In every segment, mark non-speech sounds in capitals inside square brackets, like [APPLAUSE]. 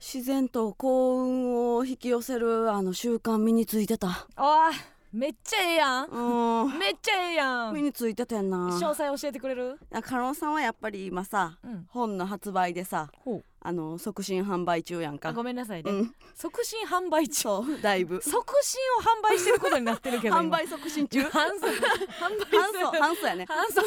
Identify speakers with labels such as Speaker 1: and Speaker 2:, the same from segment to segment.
Speaker 1: 自然と幸運を引き寄せるあの習慣身についてた
Speaker 2: あめっちゃええやん
Speaker 1: うん
Speaker 2: めっちゃええやん
Speaker 1: 身についててんな
Speaker 2: 詳細教えてくれる
Speaker 1: あ加納さんはやっぱり今さ
Speaker 2: うん
Speaker 1: 本の発売でさ
Speaker 2: ほう
Speaker 1: あの促進販売中やん
Speaker 2: あ
Speaker 1: か
Speaker 2: ごめんなさいね、
Speaker 1: うん
Speaker 2: 促進販売中
Speaker 1: そ
Speaker 2: [LAUGHS]
Speaker 1: うだいぶ
Speaker 2: 促進を販売してることになってるけど
Speaker 1: 販
Speaker 2: 今
Speaker 1: 売促進
Speaker 2: [LAUGHS]
Speaker 1: 中
Speaker 2: 販促販売
Speaker 1: 反
Speaker 2: する
Speaker 1: 則反則やね [LAUGHS]
Speaker 2: 反則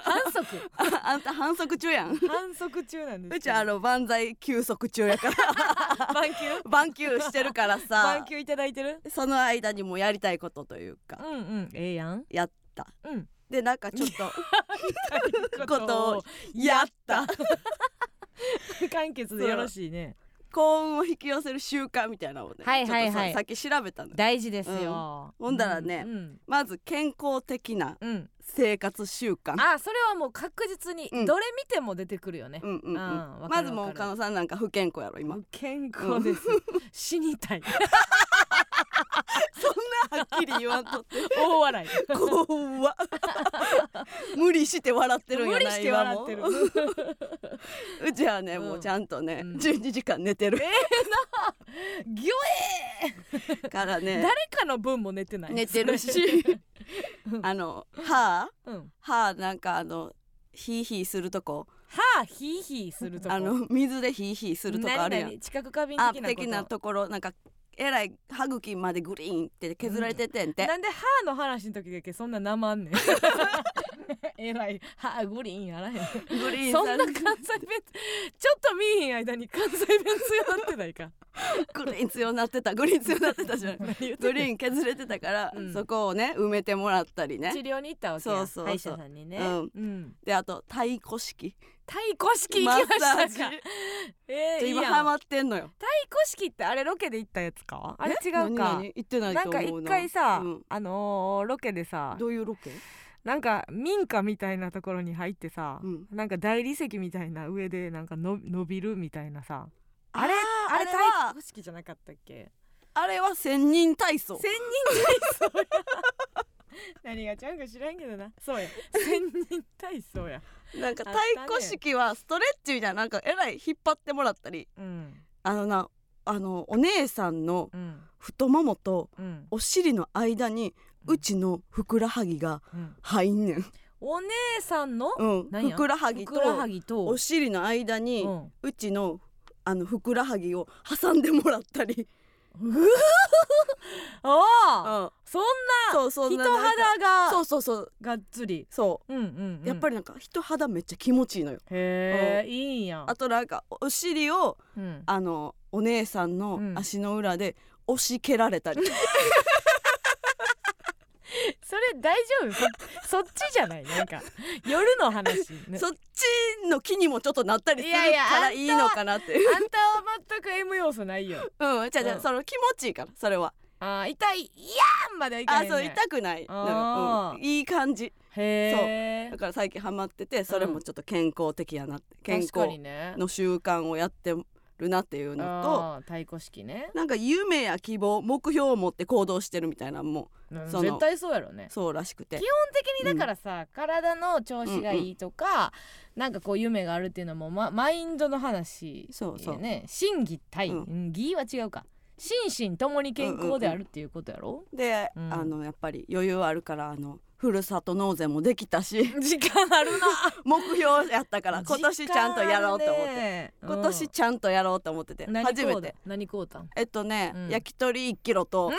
Speaker 2: 反則
Speaker 1: ああんた反則中や
Speaker 2: [LAUGHS]
Speaker 1: ん
Speaker 2: 反則中なんです
Speaker 1: うちあの万歳休息中やから
Speaker 2: [LAUGHS] 番休
Speaker 1: 万休してるからさ
Speaker 2: 番休いただいてる
Speaker 1: その間にもやりたいことというか
Speaker 2: うんうんええやん
Speaker 1: やった
Speaker 2: うん
Speaker 1: でなんかちょっとことを
Speaker 2: [LAUGHS] や
Speaker 1: や
Speaker 2: っ
Speaker 1: ったた
Speaker 2: 完結でよろしいね
Speaker 1: 幸運を引き寄せる習慣みたいなのをね、
Speaker 2: はいはいはい
Speaker 1: ちょっとささっき調べたのよ
Speaker 2: 大事ですよ、
Speaker 1: うんほんだらね
Speaker 2: うん
Speaker 1: まず健康的な
Speaker 2: うん、うん
Speaker 1: 生活習慣
Speaker 2: あそれはもう確実に
Speaker 1: うん
Speaker 2: どれ見ても出てくるよね、
Speaker 1: うんうんうん
Speaker 2: あーわか
Speaker 1: ま
Speaker 2: る
Speaker 1: ずも
Speaker 2: わ
Speaker 1: う
Speaker 2: かる
Speaker 1: 加納さんなんか不健康やろ
Speaker 2: [LAUGHS]
Speaker 1: 今
Speaker 2: 健康です、死に
Speaker 1: [LAUGHS]
Speaker 2: たい
Speaker 1: そんなはっきり言わんとって
Speaker 2: 大笑い [LAUGHS]
Speaker 1: 怖っ無理して笑ってるんや
Speaker 2: 無
Speaker 1: ない
Speaker 2: 理して笑ってる
Speaker 1: 今もうちはね、
Speaker 2: うん
Speaker 1: もうちゃんとね、
Speaker 2: うん
Speaker 1: 12時間寝てる
Speaker 2: ぎょ
Speaker 1: から
Speaker 2: え、
Speaker 1: ね
Speaker 2: 誰かの分も寝てない
Speaker 1: 寝てる
Speaker 2: [LAUGHS]
Speaker 1: し [LAUGHS] あの歯
Speaker 2: うん、
Speaker 1: 歯なんかあのヒーヒーするとこ
Speaker 2: 歯ヒーヒーするとこ
Speaker 1: あの水でヒーヒーするとこあるやん
Speaker 2: 何々知覚過敏
Speaker 1: あ
Speaker 2: 的なこと
Speaker 1: 的なところなんかえらい歯茎までグリーンって削られててんて、
Speaker 2: なんで歯の話の時だけそんななま
Speaker 1: [LAUGHS]
Speaker 2: んねんえらい歯グリーンやらへん
Speaker 1: グリーン
Speaker 2: そんな
Speaker 1: さ
Speaker 2: 関西弁ちょっと見えへん間に関西弁強なってな
Speaker 1: [LAUGHS]
Speaker 2: いか
Speaker 1: グリーン強なってたグリーン強なってた
Speaker 2: [LAUGHS]
Speaker 1: じゃん
Speaker 2: 何言って
Speaker 1: グ
Speaker 2: んの
Speaker 1: リーン削れてたから、
Speaker 2: うん
Speaker 1: そこをね埋めてもらったりね
Speaker 2: 治療に行ったわけや
Speaker 1: そうそうそう
Speaker 2: 歯医者さんにね、
Speaker 1: うん
Speaker 2: うん、
Speaker 1: であと太鼓式
Speaker 2: 太鼓式行
Speaker 1: マ
Speaker 2: き
Speaker 1: ッサ
Speaker 2: ま
Speaker 1: ー
Speaker 2: し
Speaker 1: ジ
Speaker 2: たかえー、いい
Speaker 1: 今
Speaker 2: やん
Speaker 1: ハマ
Speaker 2: 太
Speaker 1: ってんのよ
Speaker 2: 鼓式ってあれロケで行ったやつかあれ違うか
Speaker 1: 言ってない
Speaker 2: な
Speaker 1: と
Speaker 2: ん
Speaker 1: 思
Speaker 2: か
Speaker 1: うな
Speaker 2: 一回さ、
Speaker 1: うん
Speaker 2: あのーロケでさ
Speaker 1: どういうロケ
Speaker 2: なんか民家みたいなところに入ってさ、
Speaker 1: うん
Speaker 2: なんか大理石みたいな上でなんかの伸びるみたいなさあれ
Speaker 1: ー
Speaker 2: あ
Speaker 1: あれ
Speaker 2: れ
Speaker 1: は
Speaker 2: 体育式じゃなかったっけ
Speaker 1: あれは千人体操
Speaker 2: 千人体操や何がちゃうんか知らんけどなそうや千人体操や
Speaker 1: なんか
Speaker 2: あっ
Speaker 1: 太
Speaker 2: たね
Speaker 1: 鼓式はストレッチみたいななんかえらい引っ張ってもらったり
Speaker 2: うん
Speaker 1: あのなあのお姉さんの
Speaker 2: うん
Speaker 1: 太ももと
Speaker 2: うん、
Speaker 1: お尻の間に
Speaker 2: うん
Speaker 1: うちのふくらはぎが
Speaker 2: うん、
Speaker 1: 入んねん、
Speaker 2: お姉さんの
Speaker 1: うん、
Speaker 2: なんや
Speaker 1: ふくらはぎ
Speaker 2: ふ
Speaker 1: と
Speaker 2: くらはぎと
Speaker 1: お尻の間に
Speaker 2: うん
Speaker 1: うちのあのふくらはぎを挟んでもらったり、
Speaker 2: あ
Speaker 1: う
Speaker 2: あ
Speaker 1: ん、
Speaker 2: そん
Speaker 1: そうそう
Speaker 2: な人
Speaker 1: なんか
Speaker 2: 肌が
Speaker 1: そうそうそう
Speaker 2: がっつり
Speaker 1: そ
Speaker 2: うんうん、
Speaker 1: うやっぱ
Speaker 2: り
Speaker 1: りなんか人肌めっちゃ気持ちいいのよ
Speaker 2: へえいいんや
Speaker 1: あとなんかお尻を
Speaker 2: うん
Speaker 1: あのお姉さんの
Speaker 2: うん
Speaker 1: 足の裏で押し蹴られたり、
Speaker 2: それ大丈夫 [LAUGHS] そそっちじゃないなんか夜の [LAUGHS] 話、 [LAUGHS] ね、
Speaker 1: そっちの気にもちょっとなったりする
Speaker 2: いやいや
Speaker 1: からいいのかなって
Speaker 2: [LAUGHS]
Speaker 1: いう。
Speaker 2: あんたは全く M 要素ないよ
Speaker 1: うん、じゃじ
Speaker 2: う
Speaker 1: ゃ
Speaker 2: ん
Speaker 1: その気持ちいいからそれは。
Speaker 2: あー痛いいやーんまではいか
Speaker 1: あ、
Speaker 2: ない、ね、
Speaker 1: そう痛くない。なん
Speaker 2: あ
Speaker 1: か
Speaker 2: ー
Speaker 1: うんいい感じ。
Speaker 2: へえ
Speaker 1: だから最近ハマってて、それもちょっと健康的やなって、健
Speaker 2: 確かに
Speaker 1: 康
Speaker 2: ね
Speaker 1: の習慣をやってるなっていうの
Speaker 2: あー太鼓式ね
Speaker 1: と、なんか夢や希望、目標を持って行動してるみたいなのも
Speaker 2: うん
Speaker 1: その
Speaker 2: 絶対そうやろね
Speaker 1: そうらしくて
Speaker 2: 基。本的にだからさ、体の調子がいいとか、なんかこう夢があるっていうのも、ま、マインドの話
Speaker 1: そうそう
Speaker 2: ね心技体、
Speaker 1: う
Speaker 2: うん、義は違うか心身ともに健康であるっていうことやろ、
Speaker 1: で、
Speaker 2: うん
Speaker 1: あのやっぱり余裕あるからあのふるさと納税もできたし、
Speaker 2: 時間あるな
Speaker 1: [LAUGHS] 目標やったから今年ちゃんとやろうと思って。
Speaker 2: て
Speaker 1: 今年ちゃんとやろうと思ってて、初めて
Speaker 2: 何こうたん
Speaker 1: えっとね、
Speaker 2: うん
Speaker 1: 焼き鳥1キロと、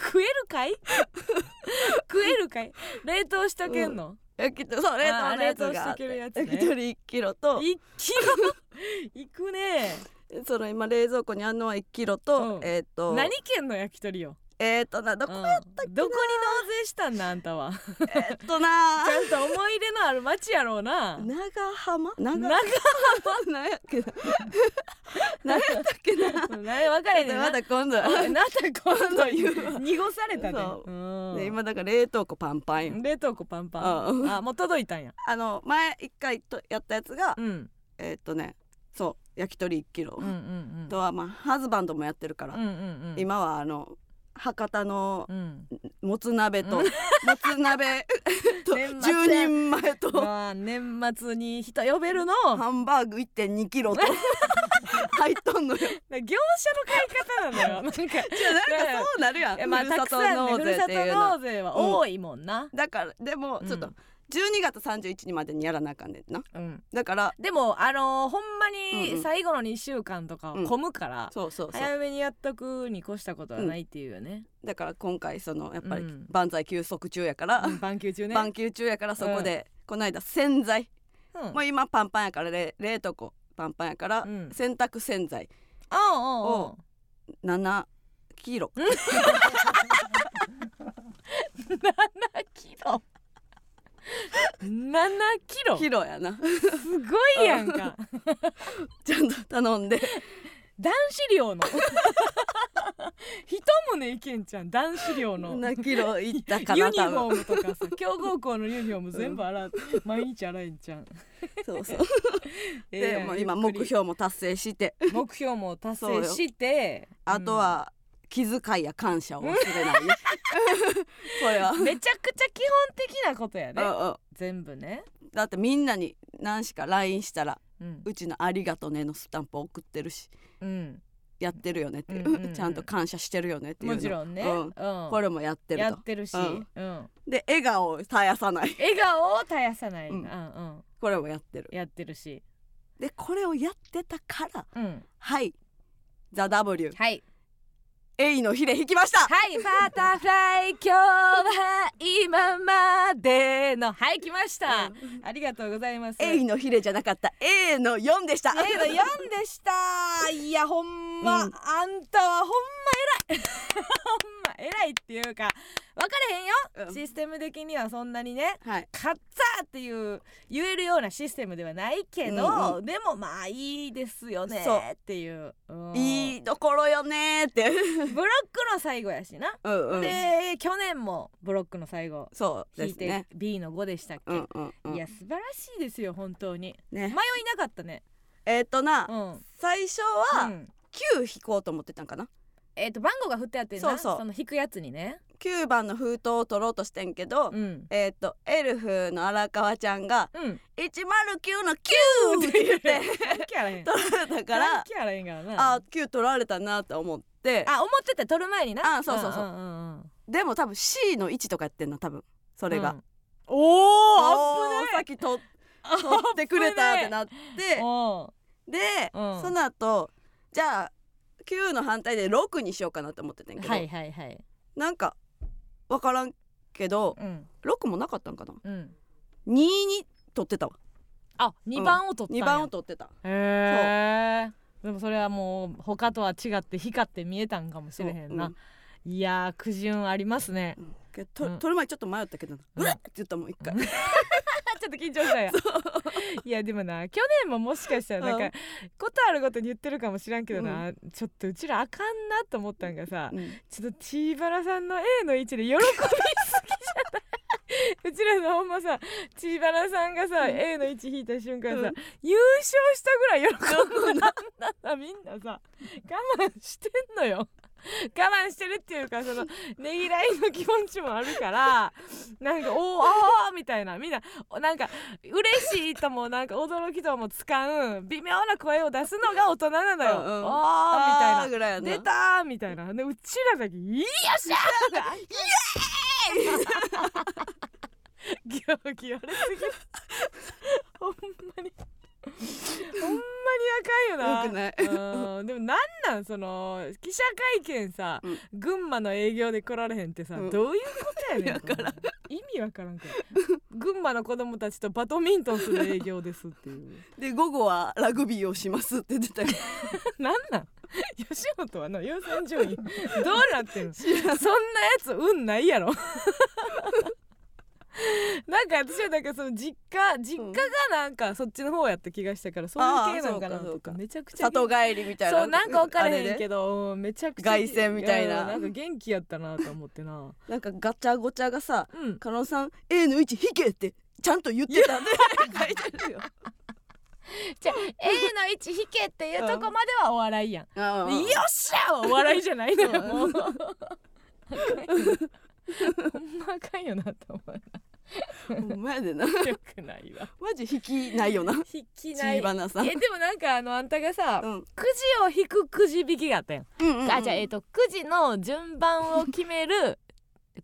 Speaker 2: 食える
Speaker 1: [LAUGHS]
Speaker 2: かい食えるかい冷凍しとけんの、
Speaker 1: 焼き鳥そう冷凍のやつがあ
Speaker 2: あー冷凍しと
Speaker 1: って
Speaker 2: けるやつね
Speaker 1: 焼き鳥1キロと
Speaker 2: 一気にいくね
Speaker 1: その今冷蔵庫にあるのは1キロと、
Speaker 2: うん
Speaker 1: えっと
Speaker 2: 何県の焼き鳥よ
Speaker 1: えっとなど
Speaker 2: ど
Speaker 1: こ、
Speaker 2: やったっけ、うんどこに納税したんなあんたはち
Speaker 1: えっと
Speaker 2: [LAUGHS]
Speaker 1: な
Speaker 2: ゃんと思い入れのある町やろうな
Speaker 1: 長浜長
Speaker 2: 長
Speaker 1: 浜何やっ
Speaker 2: [LAUGHS]
Speaker 1: けな何やったっけな
Speaker 2: な分かれへんな
Speaker 1: まだ今度
Speaker 2: あなんだ今度言
Speaker 1: 今 [LAUGHS]
Speaker 2: う濁されたね
Speaker 1: そう
Speaker 2: うん
Speaker 1: ね今だから冷凍庫パンパンよ
Speaker 2: 冷凍庫パンパ
Speaker 1: う
Speaker 2: ン
Speaker 1: ん
Speaker 2: あもう届いたんや
Speaker 1: あの前一回とやったやつが、
Speaker 2: うん
Speaker 1: えっとねそう焼き鳥1キロ、
Speaker 2: うんうんうん
Speaker 1: あとはまあハズバンドもやってるから
Speaker 2: うんうんうん
Speaker 1: 今はあの博多の
Speaker 2: うん
Speaker 1: もつ鍋と、
Speaker 2: う
Speaker 1: もつ [LAUGHS] 鍋と
Speaker 2: 年末
Speaker 1: 10人前と
Speaker 2: まあ年末に人呼べるの
Speaker 1: ハンバーグ1.2キ [LAUGHS] ロと入っとんのよ。
Speaker 2: 業者の買い方な
Speaker 1: [LAUGHS]
Speaker 2: のよなんか
Speaker 1: なんかそうなるやん。
Speaker 2: えまあ
Speaker 1: ふ
Speaker 2: た
Speaker 1: るさ
Speaker 2: く
Speaker 1: と
Speaker 2: さんね
Speaker 1: 納
Speaker 2: ふ
Speaker 1: 税
Speaker 2: る
Speaker 1: っ
Speaker 2: さ
Speaker 1: ていう
Speaker 2: と
Speaker 1: のは
Speaker 2: 納税は多いもんな、
Speaker 1: だからでも
Speaker 2: うん
Speaker 1: ちょっと、12月31日までにやらなあかんねんな。
Speaker 2: うん、
Speaker 1: だから
Speaker 2: でもあのーほんま
Speaker 1: うんう
Speaker 2: に
Speaker 1: ん
Speaker 2: 最後の2週間とかは
Speaker 1: うん
Speaker 2: 混むから、
Speaker 1: そうそうそう。
Speaker 2: 早めにやっとくに越したことはないっていうよね、
Speaker 1: だから今回そのやっぱり
Speaker 2: うん
Speaker 1: 万歳休息中やから、
Speaker 2: うん晩休中ね、
Speaker 1: 晩休中やからそこで、この間洗剤、
Speaker 2: うん
Speaker 1: もう今パンパンやから冷冷凍庫パンパンやから、
Speaker 2: うん
Speaker 1: 洗濯洗剤
Speaker 2: ああああ
Speaker 1: 7キロ
Speaker 2: 7キロ7キロ
Speaker 1: キロやな
Speaker 2: すごいやんか
Speaker 1: ちゃんと頼んで
Speaker 2: 男子寮の一棟いけんじゃん男子寮の
Speaker 1: 7キロいったか
Speaker 2: ユ
Speaker 1: な
Speaker 2: ニフ
Speaker 1: 多分
Speaker 2: ォームとかさ強豪校のユニフォーム全部洗う、毎日洗えんじゃん
Speaker 1: そうそう
Speaker 2: ええ
Speaker 1: で
Speaker 2: やん
Speaker 1: もう今
Speaker 2: ゆっ
Speaker 1: 目
Speaker 2: くり
Speaker 1: 標も達成して
Speaker 2: 目標も達成して
Speaker 1: あと、は気遣いや感謝を忘れ [LAUGHS] ないねこれは
Speaker 2: うんめちゃくちゃ基本的なことやね
Speaker 1: うんうん
Speaker 2: 全部ね、
Speaker 1: だってみんなに何しか LINE したら
Speaker 2: うん
Speaker 1: うちの「ありがとね」のスタンプ送ってるし
Speaker 2: うん、
Speaker 1: やってるよねっていう、
Speaker 2: うんうんう
Speaker 1: [LAUGHS]
Speaker 2: ん
Speaker 1: ちゃんと感謝してるよねっていうの
Speaker 2: もちろんね、
Speaker 1: うんこれもやって
Speaker 2: や
Speaker 1: ると
Speaker 2: ってるし、
Speaker 1: うん
Speaker 2: うん
Speaker 1: で笑顔を絶やさない
Speaker 2: 笑顔を絶やさない、う
Speaker 1: うんん
Speaker 2: うん、
Speaker 1: これもやってる
Speaker 2: やってるし、
Speaker 1: でこれをやってたから
Speaker 2: うん、
Speaker 1: はい「ザ・ w
Speaker 2: はい
Speaker 1: エイのヒレ引きました
Speaker 2: はいバタフライ今日は今までのはい来ました、ありがとうございます
Speaker 1: エイのヒレじゃなかった A の4でした
Speaker 2: ええの4でしたいやほんま、
Speaker 1: うん
Speaker 2: あんたはほんま偉い [LAUGHS] ほんま偉いっていうか分かれへんよ、
Speaker 1: うん
Speaker 2: システム的にはそんなにね
Speaker 1: はい
Speaker 2: 「勝った!」っていう言えるようなシステムではないけど、
Speaker 1: うんう
Speaker 2: でもまあいいですよね
Speaker 1: そう
Speaker 2: っていう、うん
Speaker 1: いいところよねーって
Speaker 2: ブロックの最後やしな、
Speaker 1: うんうん
Speaker 2: で去年もブロックの最後
Speaker 1: そう
Speaker 2: 引
Speaker 1: で
Speaker 2: い
Speaker 1: す
Speaker 2: て、
Speaker 1: ね
Speaker 2: B の5でしたっけ、
Speaker 1: うんうんうん
Speaker 2: いや素晴らしいですよ本当に迷い
Speaker 1: ね
Speaker 2: なかったね
Speaker 1: えっ、とな、
Speaker 2: うん、う
Speaker 1: 最初は
Speaker 2: ん
Speaker 1: 9引こうと思ってたんかな
Speaker 2: えっ、と番号が振ってあってな
Speaker 1: そうそう
Speaker 2: の引くやつにね
Speaker 1: 9番の封筒を取ろうとしてんけど、
Speaker 2: うん
Speaker 1: えっ、とエルフの荒川ちゃんが
Speaker 2: うん
Speaker 1: 109の9って言って
Speaker 2: 関係あらへん
Speaker 1: 取られたか
Speaker 2: 関
Speaker 1: ら
Speaker 2: 係あらへんからな
Speaker 1: あ9取られたなと思って
Speaker 2: あ思ってた取る前にな
Speaker 1: あそうそうそうん
Speaker 2: んうんうん
Speaker 1: でも多分 C の1とかやってんの多分それが、
Speaker 2: うんお
Speaker 1: お
Speaker 2: ー
Speaker 1: ーさっき取
Speaker 2: あ
Speaker 1: 取ってくれたって
Speaker 2: っ
Speaker 1: なって
Speaker 2: てお
Speaker 1: で、
Speaker 2: うん
Speaker 1: その後じゃあ9の反対で6にしようかなと思ってたんやけど、
Speaker 2: はいはいはい
Speaker 1: なんか分からんけど
Speaker 2: うん
Speaker 1: 6もなかったんかな
Speaker 2: うん
Speaker 1: 2に取ってたわ
Speaker 2: あ二番を取ったん
Speaker 1: 2
Speaker 2: や
Speaker 1: 番を取ってた
Speaker 2: へえでもそれはもう他とは違って光って見えたんかもしれへんな、
Speaker 1: そう
Speaker 2: いやー苦順ありますね
Speaker 1: うんうんけどと
Speaker 2: うん
Speaker 1: 取る前ちょっと迷ったけどな
Speaker 2: うん
Speaker 1: うわっって言ったもん一回
Speaker 2: う [LAUGHS] ちょっと緊張したや [LAUGHS] いやでもな去年ももしかしたらなん
Speaker 1: う
Speaker 2: か
Speaker 1: ん
Speaker 2: ことあるごとに言ってるかもしらんけどな、ちょっとうちらあかんなと思ったんがさ、
Speaker 1: うん
Speaker 2: ちょっとチーバラさんの A の位置で喜びすぎじゃないうちらのほんまさチーバラさんがさ、A の位置引いた瞬間さ、
Speaker 1: うん
Speaker 2: 優勝したぐらい喜んだんださみんなさ我慢してんのよ我慢してるっていうかそのねぎらいの気持ちもあるからなんかおーあーみたいなみんなおなんか嬉しいともなんか驚きともつかん微妙な声を出すのが大人なのよ、
Speaker 1: うんうん
Speaker 2: おーみたい
Speaker 1: あ
Speaker 2: な
Speaker 1: ーぐらいやな
Speaker 2: 出たーみたいなでうちらだけ「いよっしゃー!」イエーイ行儀悪すぎるほんまにほんまにあかんよな
Speaker 1: よくない
Speaker 2: うんでもなんなんその記者会見さ、
Speaker 1: うん
Speaker 2: 群馬の営業で来られへんってさ、
Speaker 1: うん
Speaker 2: どういうことやねん意味わからんから群馬の子供たちとバドミントンする営業ですっていう
Speaker 1: で午後はラグビーをしますって出た
Speaker 2: [LAUGHS]
Speaker 1: よ
Speaker 2: なんなん [LAUGHS] 吉本はの優先順 [LAUGHS] 位どうなってんのそんなやつ運ないやろ [LAUGHS] なんか私はなんかその実家実家がなんかそっちの方やった気がしたからそういう系なんかな
Speaker 1: あーそうかそ
Speaker 2: と
Speaker 1: うか
Speaker 2: かめちゃくちゃ
Speaker 1: 里帰りみたいな
Speaker 2: そうなんか分から
Speaker 1: あ
Speaker 2: へ
Speaker 1: れ
Speaker 2: ん
Speaker 1: で
Speaker 2: けど、うんめちゃくちゃ
Speaker 1: 凱旋みたいな
Speaker 2: うんなんか元気やったなと思ってな
Speaker 1: なんかガチャゴチャがさ
Speaker 2: うん
Speaker 1: 加納さん A の位置引けってちゃんと言ってたんで書いてるよ
Speaker 2: [LAUGHS] じゃあ A の位置引けっていうとこまではお笑いやん、
Speaker 1: あ
Speaker 2: でよっしゃはお笑いじゃないのよもうほんまあかんよなと思う
Speaker 1: ほんまやでな
Speaker 2: よくないわ
Speaker 1: マジ引きないよな
Speaker 2: 引
Speaker 1: ち
Speaker 2: きない
Speaker 1: び
Speaker 2: い
Speaker 1: ばなさん
Speaker 2: えでもなんかあのあんたがさ、
Speaker 1: うんうん
Speaker 2: くじを引くくじ引きがあったやん、
Speaker 1: うんうん
Speaker 2: あじゃあえっ、とくじの順番を決める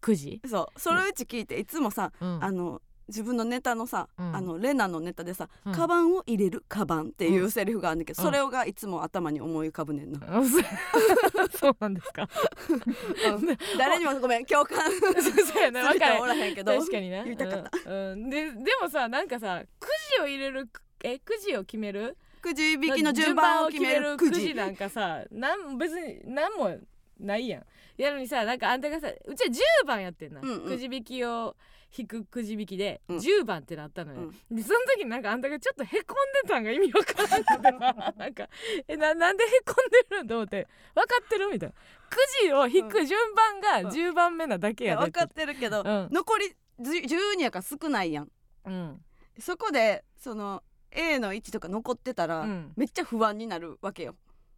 Speaker 2: くじ、
Speaker 1: そうそれうち聞いていつもさ
Speaker 2: うん
Speaker 1: あの自分のネタのさ、
Speaker 2: うん
Speaker 1: あのレナのネタでさ、
Speaker 2: うん
Speaker 1: カバンを入れるカバンっていうセリフがあるんだけど、
Speaker 2: うん
Speaker 1: それをがいつも頭に思い浮かぶねんな、
Speaker 2: あそうそうなんですか
Speaker 1: うん誰にもごめん [LAUGHS] 共感す
Speaker 2: そうやな
Speaker 1: る
Speaker 2: 分
Speaker 1: 人
Speaker 2: かる
Speaker 1: はおらへんけど
Speaker 2: 確かにな
Speaker 1: 言いたかっ
Speaker 2: うんうんででもさなんかさくじを入れるえくじを決める
Speaker 1: くじ引きの順番を決めるく
Speaker 2: 順番を決め
Speaker 1: じ
Speaker 2: なんかさなん別に何もないやんやのにさなんかあんたがさうちは10番やってんな、
Speaker 1: うんうん
Speaker 2: くじ引きを引くくじ引きで
Speaker 1: うん
Speaker 2: 10番ってなったのよ、でその時になんかあんたがちょっとへこんでたんが意味わからな
Speaker 1: [LAUGHS]
Speaker 2: くてななんかえななんでへこんでるのと思って分かってるみたいなくじを引く順番が10番目なだけ
Speaker 1: い
Speaker 2: や
Speaker 1: や
Speaker 2: で
Speaker 1: 分かってるけど、
Speaker 2: うん
Speaker 1: 残り12やから少ないやん
Speaker 2: うん
Speaker 1: そこでその A の位置とか残ってたら、
Speaker 2: うん
Speaker 1: めっちゃ不安になるわけよ、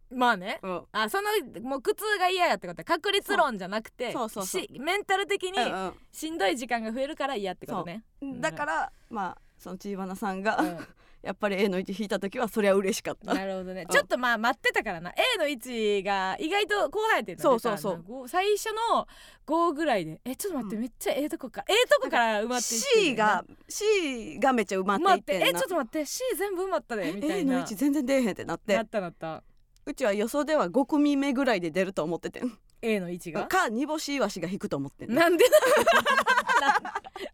Speaker 2: まあね
Speaker 1: うん
Speaker 2: あそのもう苦痛が嫌やってことや確率論じゃなくて
Speaker 1: そうそうそうそう
Speaker 2: しメンタル的に
Speaker 1: うん
Speaker 2: しんどい時間が増えるから嫌ってことね。
Speaker 1: うん、だからまあそのちいばなさんが、
Speaker 2: う
Speaker 1: やっぱり A の位置引いた時はそりゃ嬉しかっ [LAUGHS]
Speaker 2: ん、
Speaker 1: た
Speaker 2: なるほどね
Speaker 1: ん
Speaker 2: ちょっとまあ待ってたからな A の位置が意外と後半やってんの
Speaker 1: そうそうそう
Speaker 2: 出たのご最初の5ぐらいでえちょっと待って、
Speaker 1: うん
Speaker 2: めっちゃええとこかええとこから埋まっていってん
Speaker 1: C
Speaker 2: だよ
Speaker 1: が C がめっちゃ埋まっ
Speaker 2: ね埋まって
Speaker 1: い
Speaker 2: て
Speaker 1: って
Speaker 2: え
Speaker 1: ん
Speaker 2: ちょ
Speaker 1: な
Speaker 2: っと待って C 全部埋まったでみた
Speaker 1: A
Speaker 2: い
Speaker 1: の位
Speaker 2: な
Speaker 1: 置全然出えへんってなって
Speaker 2: なったなった
Speaker 1: うちは予想では5組目ぐらいで出ると思っててん
Speaker 2: A の位置が
Speaker 1: か煮干しイワシが引くと思ってん
Speaker 2: なんでだ [LAUGHS] なん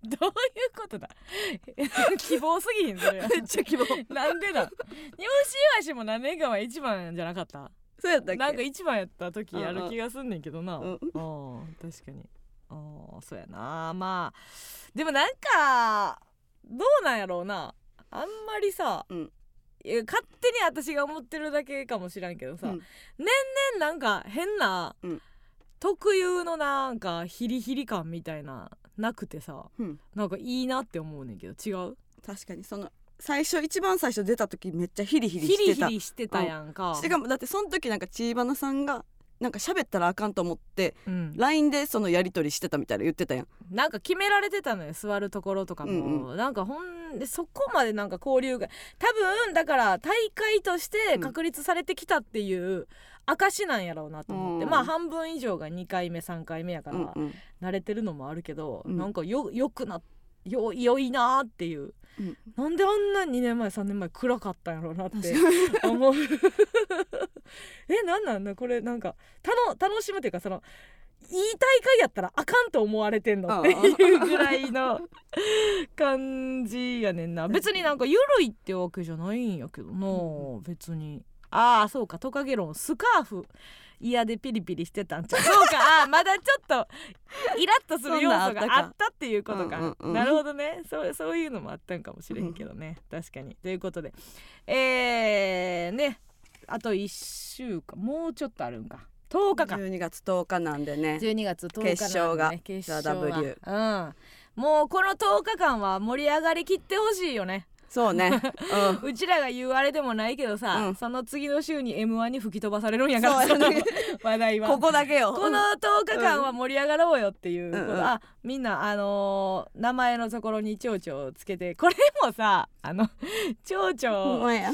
Speaker 2: どういうことだ [LAUGHS] 希望すぎひんそれは
Speaker 1: めっちゃ希望
Speaker 2: なんでだ日本シイワシも何年かは1番じゃなかった
Speaker 1: そうやったっけ
Speaker 2: なんか一番やった時や
Speaker 1: うんう
Speaker 2: る
Speaker 1: ん
Speaker 2: 気がすんねんけどな、
Speaker 1: うん
Speaker 2: ああ確かにああそうやなまあでもなんかどうなんやろうなあんまりさ、
Speaker 1: うん
Speaker 2: いや勝手に私が思ってるだけかもしらんけどさ、
Speaker 1: うん
Speaker 2: 年々なんか変な、
Speaker 1: うん
Speaker 2: 特有のなんかヒリヒリ感みたいななくてさ
Speaker 1: うん
Speaker 2: なんかいいなって思うねんけど違う
Speaker 1: 確かにその最初一番最初出た時めっちゃヒリヒリ
Speaker 2: ヒ
Speaker 1: し
Speaker 2: リ
Speaker 1: て
Speaker 2: ヒ
Speaker 1: た
Speaker 2: リしてたやんか。
Speaker 1: しかもだってその時なんかちいばなさんがなんか喋ったらあかんと思って
Speaker 2: うん
Speaker 1: LINE でそのやり取りしてたみたいな言ってたやん
Speaker 2: なんか決められてたのよ座るところとかも、
Speaker 1: うん
Speaker 2: なんかほんでそこまでなんか交流が多分だから大会として確立されてきたっていう証なんやろうなと思って、
Speaker 1: うん
Speaker 2: まあ半分以上が2回目3回目やか
Speaker 1: う
Speaker 2: ら
Speaker 1: んうん
Speaker 2: 慣れてるのもあるけど、
Speaker 1: うん
Speaker 2: なんかよよくなよ良いなーっていう、
Speaker 1: うん
Speaker 2: なんであんな2年前3年前暗かったんやろうなって
Speaker 1: 確
Speaker 2: 思う [LAUGHS] えなんなんだこれなんか楽楽しむというかそのいい大会やったらあかんと思われてんのっていうぐらいの感じやねんな別になんか緩いってわけじゃないんやけどな、
Speaker 1: う
Speaker 2: 別にああそうかトカゲロンスカーフ嫌でピリピリしてたんちゃうそうかあー [LAUGHS] まだちょっとイラッとする要素があったっていうこと
Speaker 1: そ
Speaker 2: か
Speaker 1: んなんあったかうんうんうん
Speaker 2: なるほどねそうそういうのもあったんかもしれんけどね、確かにということでえー、ねあと1週間もうちょっとあるんか10日か
Speaker 1: 12月10日なんでね
Speaker 2: 12月10日なんでね
Speaker 1: 決勝が
Speaker 2: 決勝が
Speaker 1: THEW
Speaker 2: うんもうこの10日間は盛り上がりきってほしいよね
Speaker 1: そう
Speaker 2: [LAUGHS]
Speaker 1: ねうん
Speaker 2: うちらが言うあれでもないけどさ、
Speaker 1: うん
Speaker 2: その次の週に m 1に吹き飛ばされるんやから
Speaker 1: そう
Speaker 2: [LAUGHS]
Speaker 1: やね
Speaker 2: その話題は
Speaker 1: [LAUGHS] ここだけよ
Speaker 2: この10日間は盛り上がろうよってい
Speaker 1: うん
Speaker 2: う、こ
Speaker 1: う
Speaker 2: うんあみんなあのー名前のところに蝶々をつけてこれもさ [LAUGHS] あの蝶
Speaker 1: ほん
Speaker 2: 々を
Speaker 1: まや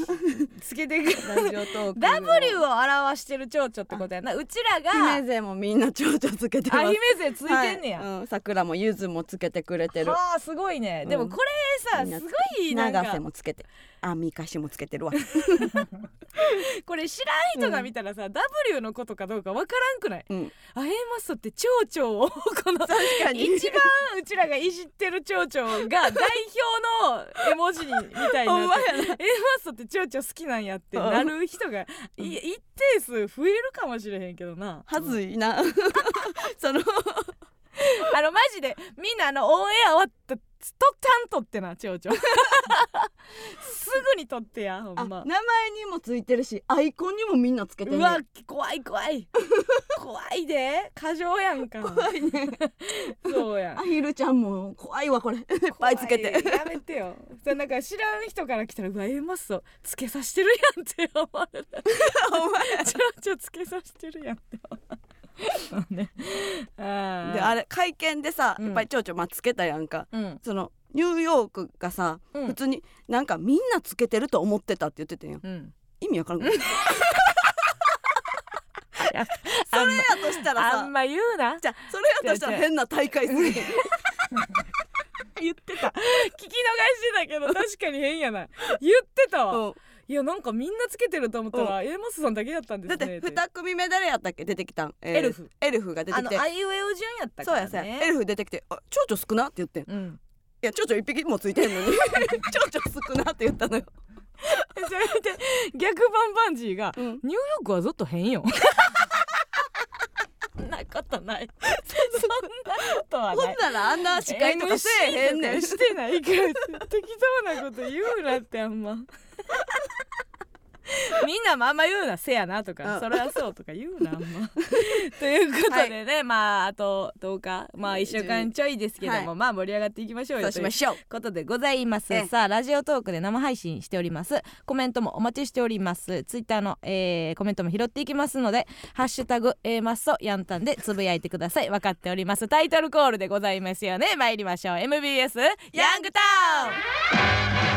Speaker 2: つけてくる
Speaker 1: ラジオトーク
Speaker 2: W を表してる蝶々ってことやなうちらが
Speaker 1: 姫勢もみんな蝶々つけてます
Speaker 2: あ姫勢ついてんねや、
Speaker 1: はいうん、桜もゆずもつけてくれてる
Speaker 2: はあすごいね、
Speaker 1: うん
Speaker 2: でもこれさ
Speaker 1: みんな
Speaker 2: す
Speaker 1: つ
Speaker 2: ご
Speaker 1: け
Speaker 2: いなん
Speaker 1: 長瀬
Speaker 2: か
Speaker 1: もつけてアンミカシもつけてるわ
Speaker 2: これ知らん人が見たらさ、W のことかどうかわからんくない
Speaker 1: うん
Speaker 2: あ A マッソって蝶々を [LAUGHS] この
Speaker 1: 確か [LAUGHS] に
Speaker 2: 一番うちらがいじってる蝶々が代表の絵文字にみたいに [LAUGHS]
Speaker 1: ほん
Speaker 2: な
Speaker 1: ま
Speaker 2: って
Speaker 1: やな
Speaker 2: 「A マッソって蝶々好きなんや」ってなる人がい一定数増えるかもしれへんけどな。
Speaker 1: はずい
Speaker 2: [LAUGHS]
Speaker 1: なその
Speaker 2: あのマジでみんなあのオンエア終わったとちゃんとってな蝶々 [LAUGHS] すぐに撮ってやほ
Speaker 1: あ
Speaker 2: ん
Speaker 1: 名
Speaker 2: ま
Speaker 1: 前にもついてるしアイコンにもみんなつけてる
Speaker 2: うわ怖い怖い怖いで過剰やんか
Speaker 1: 怖いね
Speaker 2: [LAUGHS] そうやん
Speaker 1: アヒルちゃんも怖いわ
Speaker 2: [LAUGHS]
Speaker 1: これいっぱいつけて
Speaker 2: 怖いやめてよそれなんか知らん人から来たら「うわえマスをつけさしてるやん」って思われる
Speaker 1: お前
Speaker 2: [LAUGHS] ちょちょつけさしてるやんって思われるねあ
Speaker 1: で
Speaker 2: ー
Speaker 1: あれ会見でさ、
Speaker 2: うん
Speaker 1: やっぱり蝶々まあつけたやんか
Speaker 2: うん
Speaker 1: そのニューヨークがさ、
Speaker 2: うん
Speaker 1: 普通になんかみんなつけてると思ってたって言ってたよ
Speaker 2: うん
Speaker 1: 意味わからんかった
Speaker 2: あん
Speaker 1: それやとしたら
Speaker 2: まあ
Speaker 1: さ
Speaker 2: んま言うな
Speaker 1: [LAUGHS] じゃあそれやとしたら変な大会する
Speaker 2: 言ってた聞き逃してたけど [LAUGHS] 確かに変やな言ってたわ、
Speaker 1: うん
Speaker 2: いやなんかみんなつけてると思ったら、エマスさんだけだったんで
Speaker 1: だ
Speaker 2: す
Speaker 1: って
Speaker 2: ね
Speaker 1: 2組目誰やったっけ出てきたん、えー
Speaker 2: エルフ
Speaker 1: エルフが出て
Speaker 2: あ
Speaker 1: き
Speaker 2: の
Speaker 1: て
Speaker 2: あいうえお順やった
Speaker 1: そう
Speaker 2: から
Speaker 1: やそ
Speaker 2: ね
Speaker 1: うやエルフ出てきて「あ蝶々少な」って言ってんい
Speaker 2: うん [LAUGHS]
Speaker 1: や蝶々一匹もついてん [LAUGHS] のに蝶々少なって言ったのよ、
Speaker 2: それで逆バンバンジーが
Speaker 1: うん
Speaker 2: ニューヨークはずっと変よ。そんなことない。そんなことは
Speaker 1: ほ
Speaker 2: なんい。
Speaker 1: ならあんな司会とかせえへんねん
Speaker 2: MC とかしてないから適当なこと言うなってあんま。みんなもあんま言うな「せやな」と
Speaker 1: う
Speaker 2: か
Speaker 1: ん
Speaker 2: 「それはそう」とか言うなあ
Speaker 1: [LAUGHS]
Speaker 2: んま。ということでね、まああと10日まあ1週間ちょいですけども、
Speaker 1: は
Speaker 2: まあ盛り上がっていきましょうよ
Speaker 1: そうしましょう
Speaker 2: ということでございま
Speaker 1: え
Speaker 2: す
Speaker 1: え
Speaker 2: さあラジオトークで生配信しておりますコメントもお待ちしておりますツイッターの、えーコメントも拾っていきますのでハッシュタグ A マッソヤンタンでつぶやいてください分かっておりますタイトルコールでございますよね参りましょう MBS ヤングタウン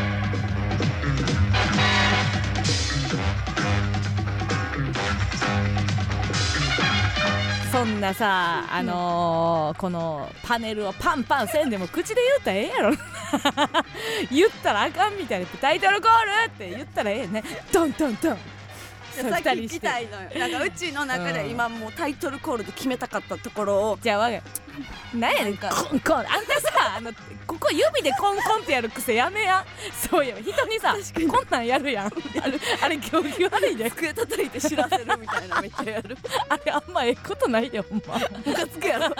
Speaker 2: そんなさあのーこのパネルをパンパンせんでも口で言うたらええやろ [LAUGHS] 言ったらあかんみたいなタイトルコールって言ったらええねトントントン
Speaker 1: さ
Speaker 2: そ
Speaker 1: っ
Speaker 2: う
Speaker 1: き
Speaker 2: 二人
Speaker 1: 聞
Speaker 2: し
Speaker 1: き
Speaker 2: て
Speaker 1: たいのよなんかうちの中
Speaker 2: うん
Speaker 1: で今もうタイトルコールで決めたかったところを
Speaker 2: じゃあわがなんやねんコンコンあんたさあのここ指でコンコンってやる癖やめやそうや人にさ
Speaker 1: 確かに
Speaker 2: こんなんやるやんあれあれ行儀悪いで
Speaker 1: 机叩いて知らせるみたいなめっちゃやる
Speaker 2: あれあんまええことないでほんま
Speaker 1: ムカつくやろ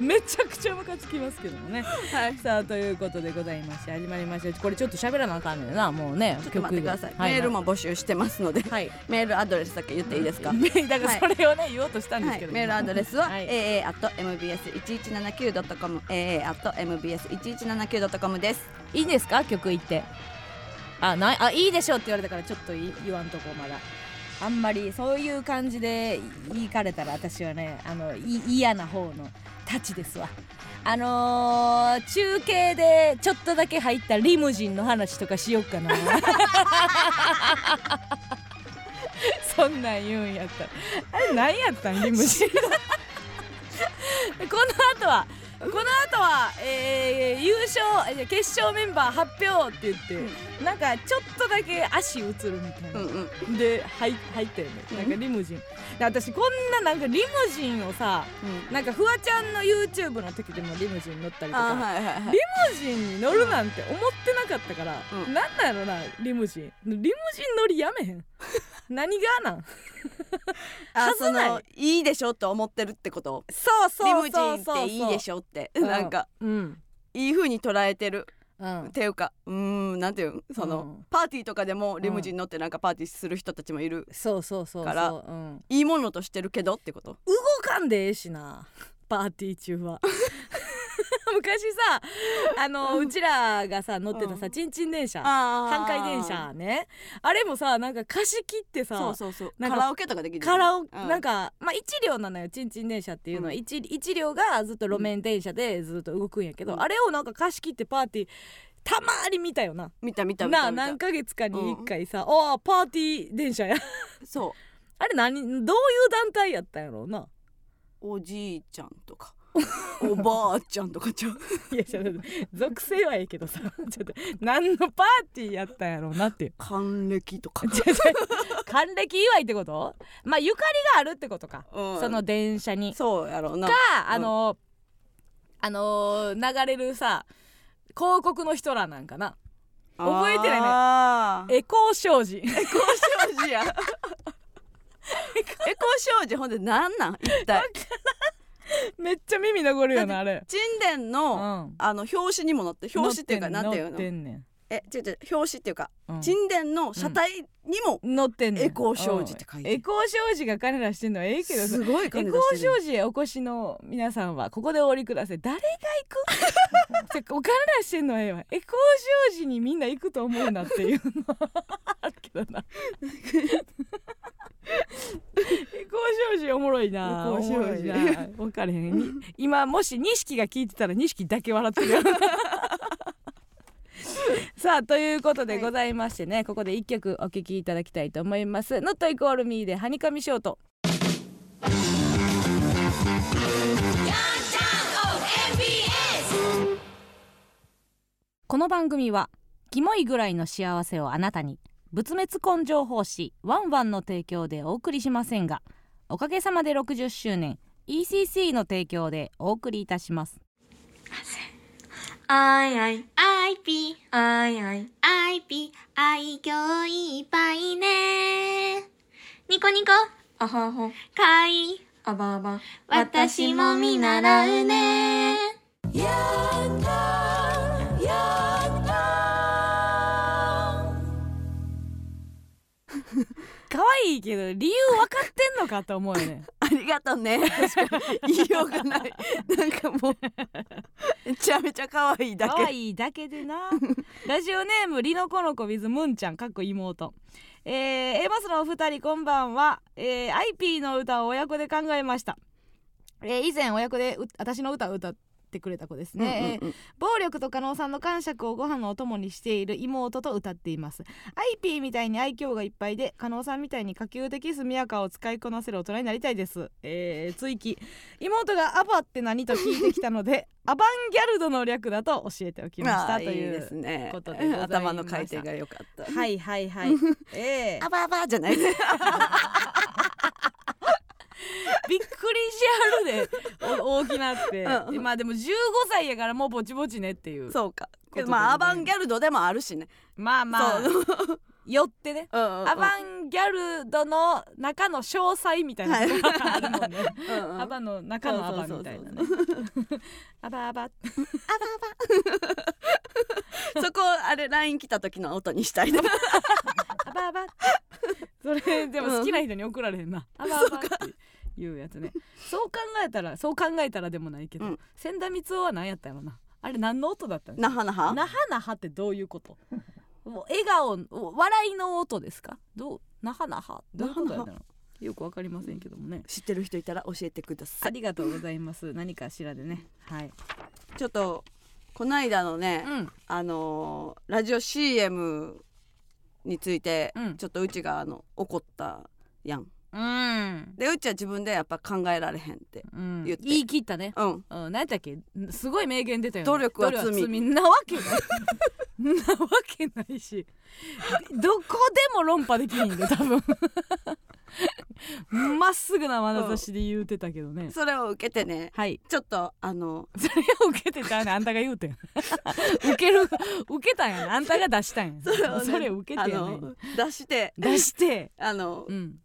Speaker 2: めちゃくちゃムカつきますけどもね
Speaker 1: はい
Speaker 2: さあということでございまして始まりましたこれちょっと喋らなあかんねんなもうね
Speaker 1: ちょっと待ってください、
Speaker 2: 曲がはい、
Speaker 1: メールも募集してますので
Speaker 2: はい
Speaker 1: メールアドレスだけ言っていいですか、
Speaker 2: メー [LAUGHS] ルだからそれをね、言おうとしたんで
Speaker 1: は
Speaker 2: すけ
Speaker 1: い、
Speaker 2: ど、
Speaker 1: メールアドレスは、
Speaker 2: はい
Speaker 1: aa mbs 一一七九ドットコム aa mbs 一一七九ドットコムです。
Speaker 2: いいんですか曲言ってあないあいいでしょうって言われたからちょっとい言わんとこまだあんまりそういう感じで言いかれたら私はねあのい嫌な方のたちですわあのー、中継でちょっとだけ入ったリムジンの話とかしよっかな [LAUGHS] そんなん言うんやったらあれ何やったんリムジン [LAUGHS] この後はこの後は、えー優勝えー決勝メンバー発表って言って、なんかちょっとだけ足映るみたいな、
Speaker 1: うん。
Speaker 2: で入入ったよね
Speaker 1: うん
Speaker 2: なんかリムジン、で私こんななんかリムジンをさなんかフワちゃんの YouTube の時でもリムジン乗ったりと
Speaker 1: あ
Speaker 2: か、
Speaker 1: ーはいはいはい
Speaker 2: リ。ムジンに乗るなんて思ってなかったから、
Speaker 1: うん
Speaker 2: なんだろうなリムジンリムジン乗りや
Speaker 1: [LAUGHS]
Speaker 2: めへん何がなん
Speaker 1: あ
Speaker 2: はず
Speaker 1: そ
Speaker 2: ない
Speaker 1: のいいでしょと思ってるってこと。
Speaker 2: そう
Speaker 1: リムジンっていいで
Speaker 2: ょ
Speaker 1: しょって
Speaker 2: うん
Speaker 1: なんか
Speaker 2: うん、
Speaker 1: いい風に捉えてる
Speaker 2: うん
Speaker 1: っ、ていうかうーんなんていうんそうの
Speaker 2: ん
Speaker 1: パーティーとかでもリムジン乗ってなんかパーティーする人たちもいる。
Speaker 2: そうそうそうそう
Speaker 1: から
Speaker 2: うん、
Speaker 1: いいものとしてるけどってこと。
Speaker 2: 動かんでええしなパーティー中
Speaker 1: [LAUGHS]
Speaker 2: は昔さあのうちらがさ乗ってた
Speaker 1: う
Speaker 2: さ
Speaker 1: ん
Speaker 2: ちんちん電車
Speaker 1: あ
Speaker 2: 半回電。車ねあれもさなんか貸し切って
Speaker 1: そ
Speaker 2: さ
Speaker 1: うそうそう。
Speaker 2: な
Speaker 1: カ
Speaker 2: んか
Speaker 1: ラオケとかできる。
Speaker 2: カラオ
Speaker 1: うん
Speaker 2: なんかまあ1両なのよちんちん電車っていうのは
Speaker 1: うん
Speaker 2: 1, 一両がずっと路面電車でずっと動くんやけど、
Speaker 1: うん
Speaker 2: あれをなんか貸し切ってパーティーたまーに見たよな。
Speaker 1: 見た見た見
Speaker 2: な
Speaker 1: た
Speaker 2: あ
Speaker 1: 見た
Speaker 2: 何。ヶ月かに1回さ「ああパーティー電車や」 [LAUGHS]
Speaker 1: そう。
Speaker 2: あれ何どういう団体やったんやろうな [LAUGHS]
Speaker 1: おじいちゃんとか [LAUGHS] おばあちゃんとかちゃう
Speaker 2: いやちょっと属性はええけどさ [LAUGHS] ちょっと何のパーティーやったんやろうなっていう [LAUGHS]
Speaker 1: 還暦とか、
Speaker 2: ちょちょ還暦祝いってことまあゆかりがあるってことか、
Speaker 1: うん
Speaker 2: その電車に
Speaker 1: そうやろうな
Speaker 2: かあの、あの流れるさ広告の人らなんかな覚えてないね
Speaker 1: ね
Speaker 2: エコー商事
Speaker 1: エコー少女 [LAUGHS] やエコー少女ほんでなんなん一体
Speaker 2: めっちゃ耳残るよなあれ
Speaker 1: 沈殿の、
Speaker 2: うん
Speaker 1: あの表紙にもなって表紙っていうかなんていう
Speaker 2: 乗
Speaker 1: の
Speaker 2: ってんね
Speaker 1: え違う違う表紙っていうか
Speaker 2: ん、うん
Speaker 1: 沈殿の車体にも、
Speaker 2: 乗ってんねん
Speaker 1: エコー商事って書いてる
Speaker 2: エコー商事が彼らしてんのはええけどさ
Speaker 1: すごい
Speaker 2: エ
Speaker 1: 感
Speaker 2: コ
Speaker 1: じ
Speaker 2: ー
Speaker 1: 出してる
Speaker 2: 商事へお越しの皆さんはここでお降りください誰が行く [LAUGHS] せっかお金出してんのはええわエコー商事にみんな行くと思うなっていうの [LAUGHS] はあるけどなエコー商事をおもろいな [LAUGHS]
Speaker 1: お
Speaker 2: 面
Speaker 1: もろ
Speaker 2: 白い
Speaker 1: い
Speaker 2: な分かれへんに今もし錦が聞いてたら錦だけ笑ってるよさあということでございましてね、ここで一曲お聴きいただきたいと思います Not Equal Me ではにかみショートこの番組はキモいぐらいの幸せをあなたに仏滅根性奉仕ワンワンの提供でお送りしませんがおかげさまで60周年 ECC の提供でお送りいたします
Speaker 3: あいあい、あいぴ、あいあい、あいぴ、愛嬌いっぱいね。ニコニコ、
Speaker 4: あはは、
Speaker 3: かわいい、
Speaker 4: あばあば。
Speaker 3: 私も見習うね。
Speaker 2: 可愛いけど理由分かってんのかと思うよね
Speaker 1: ありがとうね確かに言いようがないなんかもうめちゃめちゃ可愛いだ
Speaker 2: 可
Speaker 1: け
Speaker 2: 愛いだ
Speaker 1: [LAUGHS]
Speaker 2: けでなラジオネームリノコノコ with ムンちゃんかっこ妹えー、A マスのお二人こんばんは、えー、IP の歌を親子で考えました、えー、以前親子でう私の歌を歌ってくれた子ですね、え
Speaker 1: う
Speaker 2: ー
Speaker 1: んうんうん
Speaker 2: 暴力と加納さんの感触をご飯のお供にしている妹と歌っています IP みたいに愛嬌がいっぱいで加納さんみたいに可及的速やかを使いこなせる大人になりたいです、えー、追記妹が「アバって何?」と聞いてきたのでアバンギャルドの略だと教えておきまし
Speaker 1: ま
Speaker 2: た
Speaker 1: あ
Speaker 2: と
Speaker 1: い
Speaker 2: い
Speaker 1: いうですね
Speaker 2: ことでございました
Speaker 1: 頭の回転が良かった
Speaker 2: はいはい [LAUGHS] はいえー
Speaker 1: あばあばじゃないです
Speaker 2: びっくりしはるでお大きなって
Speaker 1: うんうん
Speaker 2: まあでも15歳やからもうぼちぼちねっていう
Speaker 1: そうか
Speaker 2: ことでございます
Speaker 1: まあアバンギャルドでもあるしね
Speaker 2: まあまあ
Speaker 1: そう
Speaker 2: [LAUGHS] よってね
Speaker 1: うんうんうん
Speaker 2: アバンギャルドの中の詳細みたいな [LAUGHS] のがあるもんね、
Speaker 1: うんうん
Speaker 2: アバの中のアバみたいなねアバアバ
Speaker 1: [LAUGHS] そこあれ LINE 来た時の音にしたいな
Speaker 2: アバアバそれでも好きな人に送られへんな、アバアバっていうやつねそう考えたらそう考えたらでもないけど、
Speaker 1: うん
Speaker 2: 千田光雄は何やったやろなあれ何の音だったんですか
Speaker 1: [LAUGHS] なはなは
Speaker 2: なはなはってどういうこともう笑顔お笑いの音ですかどうなはなはどういうことやったのよくわかりませんけどもね
Speaker 1: 知ってる人いたら教えてくださ
Speaker 2: あ
Speaker 1: い
Speaker 2: りがとうございます何かしらでねはい
Speaker 1: ちょっとこないだのね、
Speaker 2: うん
Speaker 1: あのーラジオ CM について、
Speaker 2: うん
Speaker 1: ちょっとうちがあの怒ったやん
Speaker 2: うん
Speaker 1: でうちは自分でやっぱ考えられへんって
Speaker 2: うん
Speaker 1: 言って
Speaker 2: 言い切ったね。
Speaker 1: うん
Speaker 2: うん、何やったっけんすごい名言出たよね。
Speaker 1: 努力は罪
Speaker 2: 努なわけない。なわけないしどこでも論破できひんで多分 [LAUGHS] まっすぐな眼差しで言うてたけどね
Speaker 1: それを受けてね
Speaker 2: はい
Speaker 1: ちょっとあ [LAUGHS] の
Speaker 2: それを受けてたねあんたが言うてん [LAUGHS] 受ける受けたんやねあんたが出したんやね
Speaker 1: をね
Speaker 2: それ受け
Speaker 1: あ
Speaker 2: てやね
Speaker 1: の出して
Speaker 2: 出して
Speaker 1: あの、
Speaker 2: うん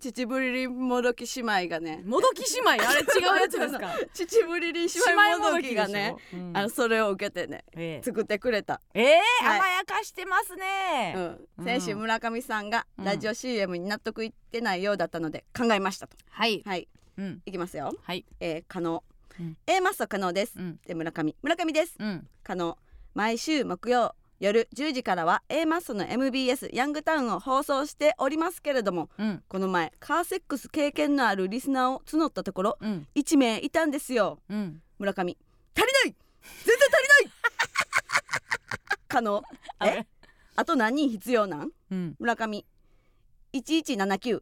Speaker 1: 秩父リリンもどき姉妹がね
Speaker 2: もどき姉妹あれ違うやつです [LAUGHS] か
Speaker 1: 秩 [LAUGHS] 父リリン姉妹もどきがね、
Speaker 2: 姉妹もどきでしょうん
Speaker 1: あのそれを受けてね
Speaker 2: ええ
Speaker 1: 作ってくれた、
Speaker 2: ええ
Speaker 1: はい
Speaker 2: 甘やかしてますね、
Speaker 1: うん、先週
Speaker 2: うん
Speaker 1: 村上さんが
Speaker 2: うん
Speaker 1: ラジオ CM に納得いってないようだったので考えましたと、
Speaker 2: はい
Speaker 1: はい
Speaker 2: うん
Speaker 1: いきますよ
Speaker 2: はい
Speaker 1: えー、可能、
Speaker 2: うん
Speaker 1: A マスト可能です、
Speaker 2: うん
Speaker 1: で村上村上です
Speaker 2: うん
Speaker 1: 可能毎週木曜夜10時からは A マストの MBS ヤングタウンを放送しておりますけれども
Speaker 2: うん
Speaker 1: この前カーセックス経験のあるリスナーを募ったところ
Speaker 2: うん
Speaker 1: 1名いたんですよ
Speaker 2: うん
Speaker 1: 村上足りない全然足りない可能
Speaker 2: あれ
Speaker 1: あと何人必要なん
Speaker 2: うん
Speaker 1: 村上1179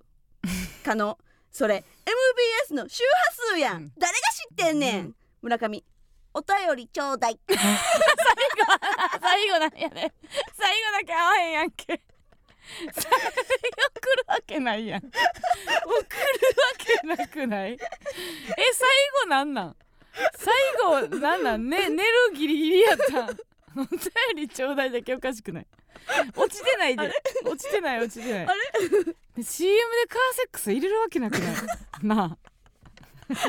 Speaker 1: 可能それ MBS の周波数やん、
Speaker 2: うん
Speaker 1: 誰が知ってんねん、
Speaker 2: う
Speaker 1: 村上お便りちょうだい
Speaker 2: 最後なんやね最後だけ合わへんやんけ最後来るわけないやん送るわけなくないえ最後なんなん最後なんなんね寝るギリギリやったんお便りちょうだいだけおかしくない落ちてないで落ちてない落ちてないあれ CM でカーセックス入れるわけなくないなあ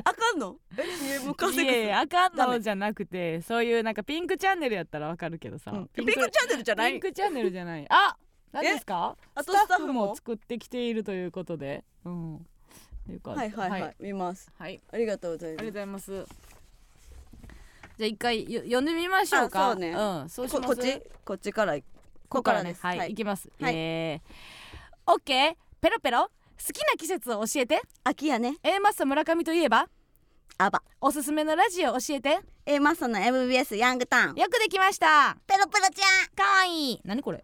Speaker 1: あかんのえ CM 稼
Speaker 2: いやい
Speaker 1: ぐ
Speaker 2: やあかん
Speaker 1: ダ
Speaker 2: の
Speaker 1: メ
Speaker 2: じゃなくてそういうなんかピンクチャンネルやったらわかるけどさ、
Speaker 1: ピンクチャンネルじゃな
Speaker 2: ピン
Speaker 1: い
Speaker 2: クチャンネルじゃないあ何ですか
Speaker 1: あと
Speaker 2: ス
Speaker 1: スタ
Speaker 2: タッ
Speaker 1: ッ
Speaker 2: フ
Speaker 1: フ
Speaker 2: も
Speaker 1: も
Speaker 2: 作ってきているということでうんよかった
Speaker 1: はいはいはい、
Speaker 2: はい、
Speaker 1: 見ます
Speaker 2: はい
Speaker 1: ありがとうござい
Speaker 2: ありが
Speaker 1: ま
Speaker 2: とう
Speaker 1: す
Speaker 2: ございますじゃあ一回よ読んでみましょうか
Speaker 1: あそうね
Speaker 2: ん、そうしま
Speaker 1: ここ
Speaker 2: す
Speaker 1: っちこっちからここからです
Speaker 2: はい、、
Speaker 1: はいい
Speaker 2: きます、
Speaker 1: はい
Speaker 2: えー、オッケーペロペロ好きな季節を教えて
Speaker 1: 秋やね
Speaker 2: A マッソ村上といえば
Speaker 1: アバ
Speaker 2: おすすめのラジオ教えて
Speaker 1: A マッソの MBS ヤングタウン
Speaker 2: よくできました
Speaker 1: ペロペロち
Speaker 2: かわいい何こ
Speaker 1: ゃ
Speaker 2: れ